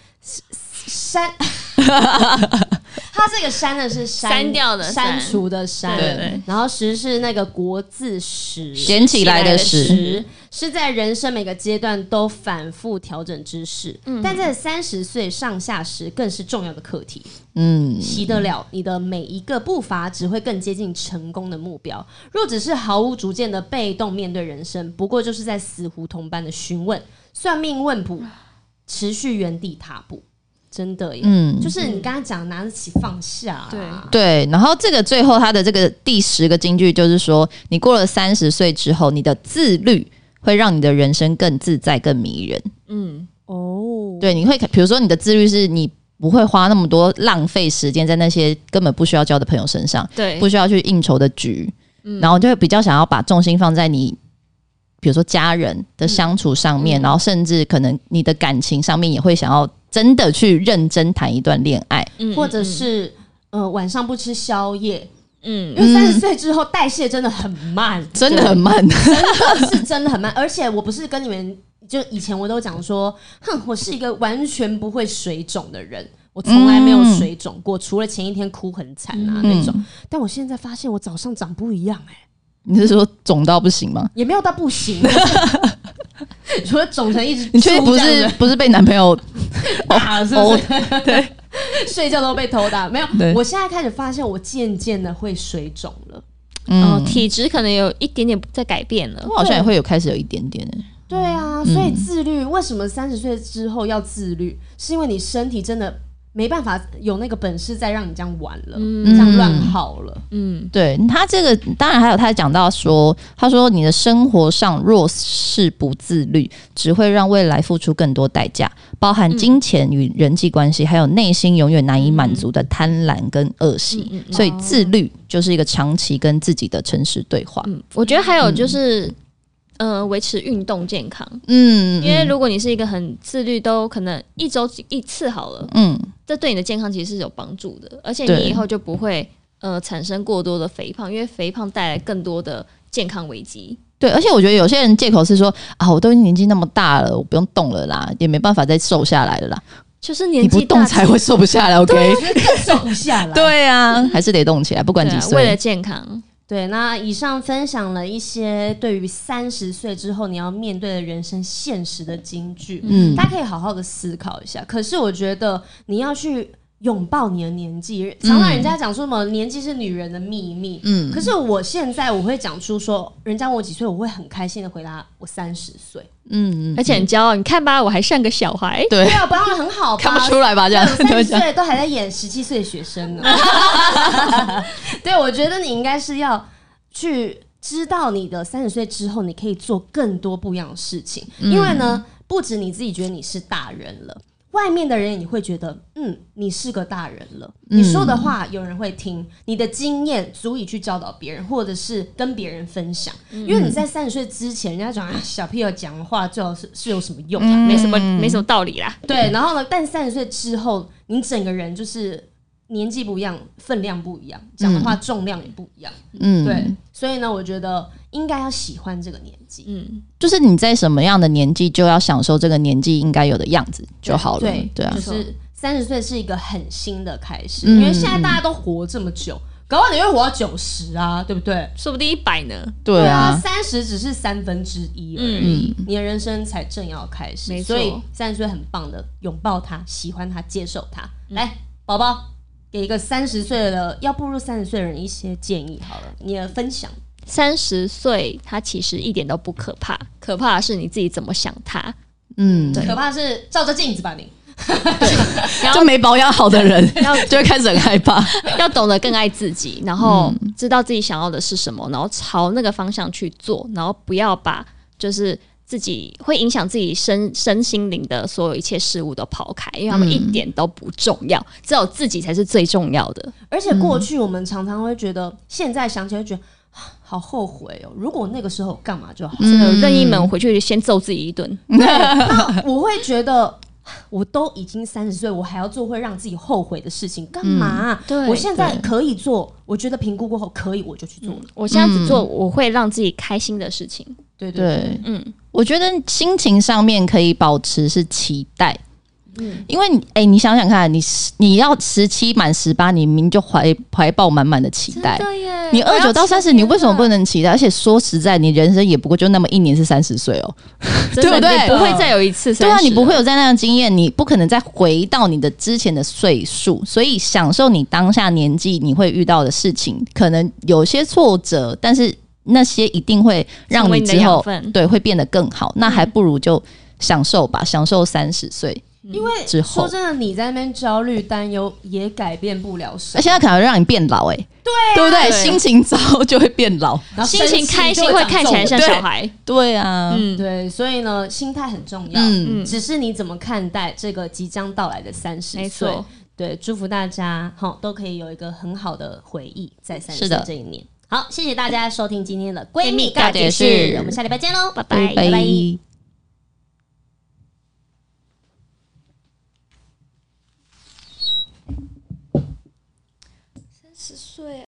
S2: 删， 他这个删呢是删
S1: 删掉的删
S2: 删除的删，
S1: 对对
S2: 然后十是那个国字十，
S3: 捡起来的
S2: 拾
S3: 屎，
S2: 是在人生每个阶段都反复调整知识，
S1: 嗯
S2: 但在三十岁上下时更是重要的课题。
S3: 嗯，
S2: 习得了，你的每一个步伐只会更接近成功的目标。若只是毫无主见的被动面对人生，不过就是在死胡同般的询问、算命问卜，持续原地踏步。真的耶，
S3: 嗯
S2: 就是你刚刚讲拿得起放下、啊，
S1: 对
S3: 对，然后这个最后他的这个第十个金句就是说，你过了三十岁之后，你的自律会让你的人生更自在、更迷人。
S1: 嗯，
S2: 哦，
S3: 对，你会比如说你的自律是你不会花那么多浪费时间在那些根本不需要交的朋友身上，
S1: 对
S3: 不，需要去应酬的局，然后就会比较想要把重心放在你。比如说家人的相处上面，然后甚至可能你的感情上面也会想要真的去认真谈一段恋爱，
S1: 嗯
S2: 或者，是。呃，晚上不吃宵夜，因
S1: 嗯嗯
S2: 为三十岁之后代谢真的很慢，
S3: 真的很慢。
S2: 是真的很慢，而且我不是跟你们就以前我都讲说，哼，我是一个完全不会水肿的人，我从来没有水肿过，除了前一天哭很惨
S3: 嗯
S2: 啊、那种。但我现在发现我早上长不一样、欸，
S3: 你是说肿到不行吗？
S2: 也没有到不行，就是 除了肿成一只
S3: 你
S2: 猪这
S3: 确
S2: 样
S3: 定不
S2: 子，
S3: 是不是被男朋友
S2: 打了是不
S3: 哦
S2: 是？对， 睡觉都被偷打，没有
S3: 对。
S2: 我现在开始发现，我渐渐的会水肿了。
S1: 哦，体质可能有一点点在改变了
S3: 嗯我。好像也会有开始有一点点欸
S2: 对啊，所以自律、为什么三十岁之后要自律？是因为你身体真的没办法有那个本事再让你这样玩了，这样乱耗了。
S1: 嗯
S3: 对他这个，当然还有他讲到说，他说你的生活上若是不自律，只会让未来付出更多代价，包
S1: 嗯
S3: 含金钱与人际关系，还有内心永远难以满足的贪婪跟恶习。
S1: 嗯嗯
S3: 所以自律就是一个长期跟自己的诚实对话。
S1: 嗯，我觉得还有就是，呃，维持运动健康，
S3: 嗯，
S1: 因为如果你是一个很自律，都可能一周一次好了，
S3: 嗯
S1: 这对你的健康其实是有帮助的，而且
S3: 对
S1: 你以后就不会呃产生过多的肥胖，因为肥胖带来更多的健康危机。
S3: 对，而且我觉得有些人借口是说啊，我都已经年纪那么大了，我不用动了啦，也没办法再瘦下来了啦。
S1: 就是
S3: 你
S1: 年
S3: 不
S1: 纪大
S3: 动才会瘦不下来。OK，
S2: 瘦不下来。
S3: 对啊，还是得动起来，不管
S1: 对
S3: 几
S1: 啊，为了
S3: 岁。
S1: 健康，
S2: 对，那以上分享了一些对于三十岁之后你要面对的人生现实的金句，
S3: 嗯
S2: 大家可以好好的思考一下。可是我觉得你要去拥抱你的年纪，常常人家讲说什么年纪是女人的秘密，
S3: 嗯
S2: 可是我现在我会讲出说，人家问我几岁，我会很开心的回答我三十岁，
S3: 嗯，
S1: 而且很骄傲。你看吧，我还像个小孩。
S3: 对
S2: 对，啊，不然很好吧，
S3: 看不出来吧？这样
S2: 三十
S3: 这样
S2: 岁都还在演十七岁的学生呢。对，我觉得你应该是要去知道你的三十岁之后，你可以做更多不一样的事情，因为呢，不止你自己觉得你是大人了。外面的人也会觉得，嗯，你是个大人了，你说的话有人会听，你的经验足以去教导别人，或者是跟别人分享。因为你在三十岁之前，人家讲、啊、小屁友讲话最好是是有什么用
S3: 嗯
S2: 啊？
S1: 没什么没什么道理啦。
S2: 对，然后呢？但三十岁之后，你整个人就是年纪不一样，分量不一样，讲的话重量也不一样。
S3: 嗯，
S2: 对，，所以呢，我觉得应该要喜欢这个年纪。
S1: 嗯，
S3: 就是你在什么样的年纪就要享受这个年纪应该有的样子就好了。
S2: 对
S3: 对啊
S2: 就，
S1: 没
S2: 是三十岁是一个很新的开始，
S3: 嗯
S2: 因为现在大家都活这么久，搞不好你会活到九十啊，对不对？
S1: 说不定一百呢。
S3: 对
S2: 啊，
S3: 啊，
S2: 三十只是三分之一而已，
S3: 嗯
S2: 你的人生才正要开始，
S1: 没
S2: 所以
S1: 错
S2: 三十岁很棒的，拥抱它，喜欢它，接受它。
S1: 嗯
S2: 来，宝宝。给一个三十岁的要步入三十岁的人一些建议好了，你的分享
S1: 三十岁，它其实一点都不可怕，可怕的是你自己怎么想它。
S3: 嗯，
S1: 对
S2: 可怕的是照着镜子吧你，
S3: 就没保养好的人 就会开始很害怕。
S1: 要懂得更爱自己，然后
S3: 嗯
S1: 知道自己想要的是什么，然后朝那个方向去做，然后不要把就是。自己会影响自己身身心灵的所有一切事物都抛开，因为
S3: 嗯
S1: 他们一点都不重要，只有自己才是最重要的。
S2: 而且过去我们常常会觉得，现在想起来觉得啊好后悔哦，如果那个时候干嘛就好。
S1: 真
S3: 嗯
S1: 的，任意门我回去先揍自己一顿。
S2: 那 我会觉得。我都已经三十岁，我还要做会让自己后悔的事情，干嘛啊、
S1: 嗯对
S2: 我现在
S3: 对
S2: 可以做，我觉得评估过后可以，我就去做了。
S1: 我现在
S3: 嗯
S1: 只做我会让自己开心的事情。
S2: 对对对，
S3: 对，
S1: 嗯，
S3: 我觉得心情上面可以保持是期待，嗯，因为你哎、你想想看，你十你要十七满十八，你明明就怀怀抱满满的期待。
S1: 耶
S3: 你二九到三十，你为什么不能期待？而且说实在，你人生也不过就那么一年是三十岁哦。
S1: 真的
S3: 对不对
S1: 你不会再有一次30
S3: 对啊，你不会
S1: 了
S3: 有在那样的经验，你不可能再回到你的之前的岁数，所以享受你当下年纪你会遇到的事情，可能有些挫折，但是那些一定会让
S1: 成为你的
S3: 之
S1: 养
S3: 后
S1: 分。
S3: 对会变得更好。那还不如就享受吧，享受三十岁。
S2: 因为
S3: 之后
S2: 说真的，你在那边焦虑担忧也改变不了
S3: 而
S2: 什么。
S3: 且它可能让你变老、欸，对不对？
S1: 对
S3: 心情糟就会变老，
S2: 然后
S1: 心情
S2: 生气
S1: 开心
S2: 就
S1: 会
S2: 长
S1: 看起来
S2: 皱
S1: 像小孩。
S3: 对啊，
S1: 嗯，
S2: 对，所以呢，心态很重要。
S3: 嗯
S2: 只是你怎么看待这个即将到来的三十
S1: 没
S2: 岁
S1: 错？。
S2: 对，祝福大家哈、好都可以有一个很好的回忆在三十
S3: 是的
S2: 这一年。好，谢谢大家收听今天的闺蜜
S1: 闺蜜告
S2: 告
S3: 解
S2: 解
S3: 室
S2: 室，我们下礼拜见喽，
S1: 拜拜
S2: 拜拜。
S3: 拜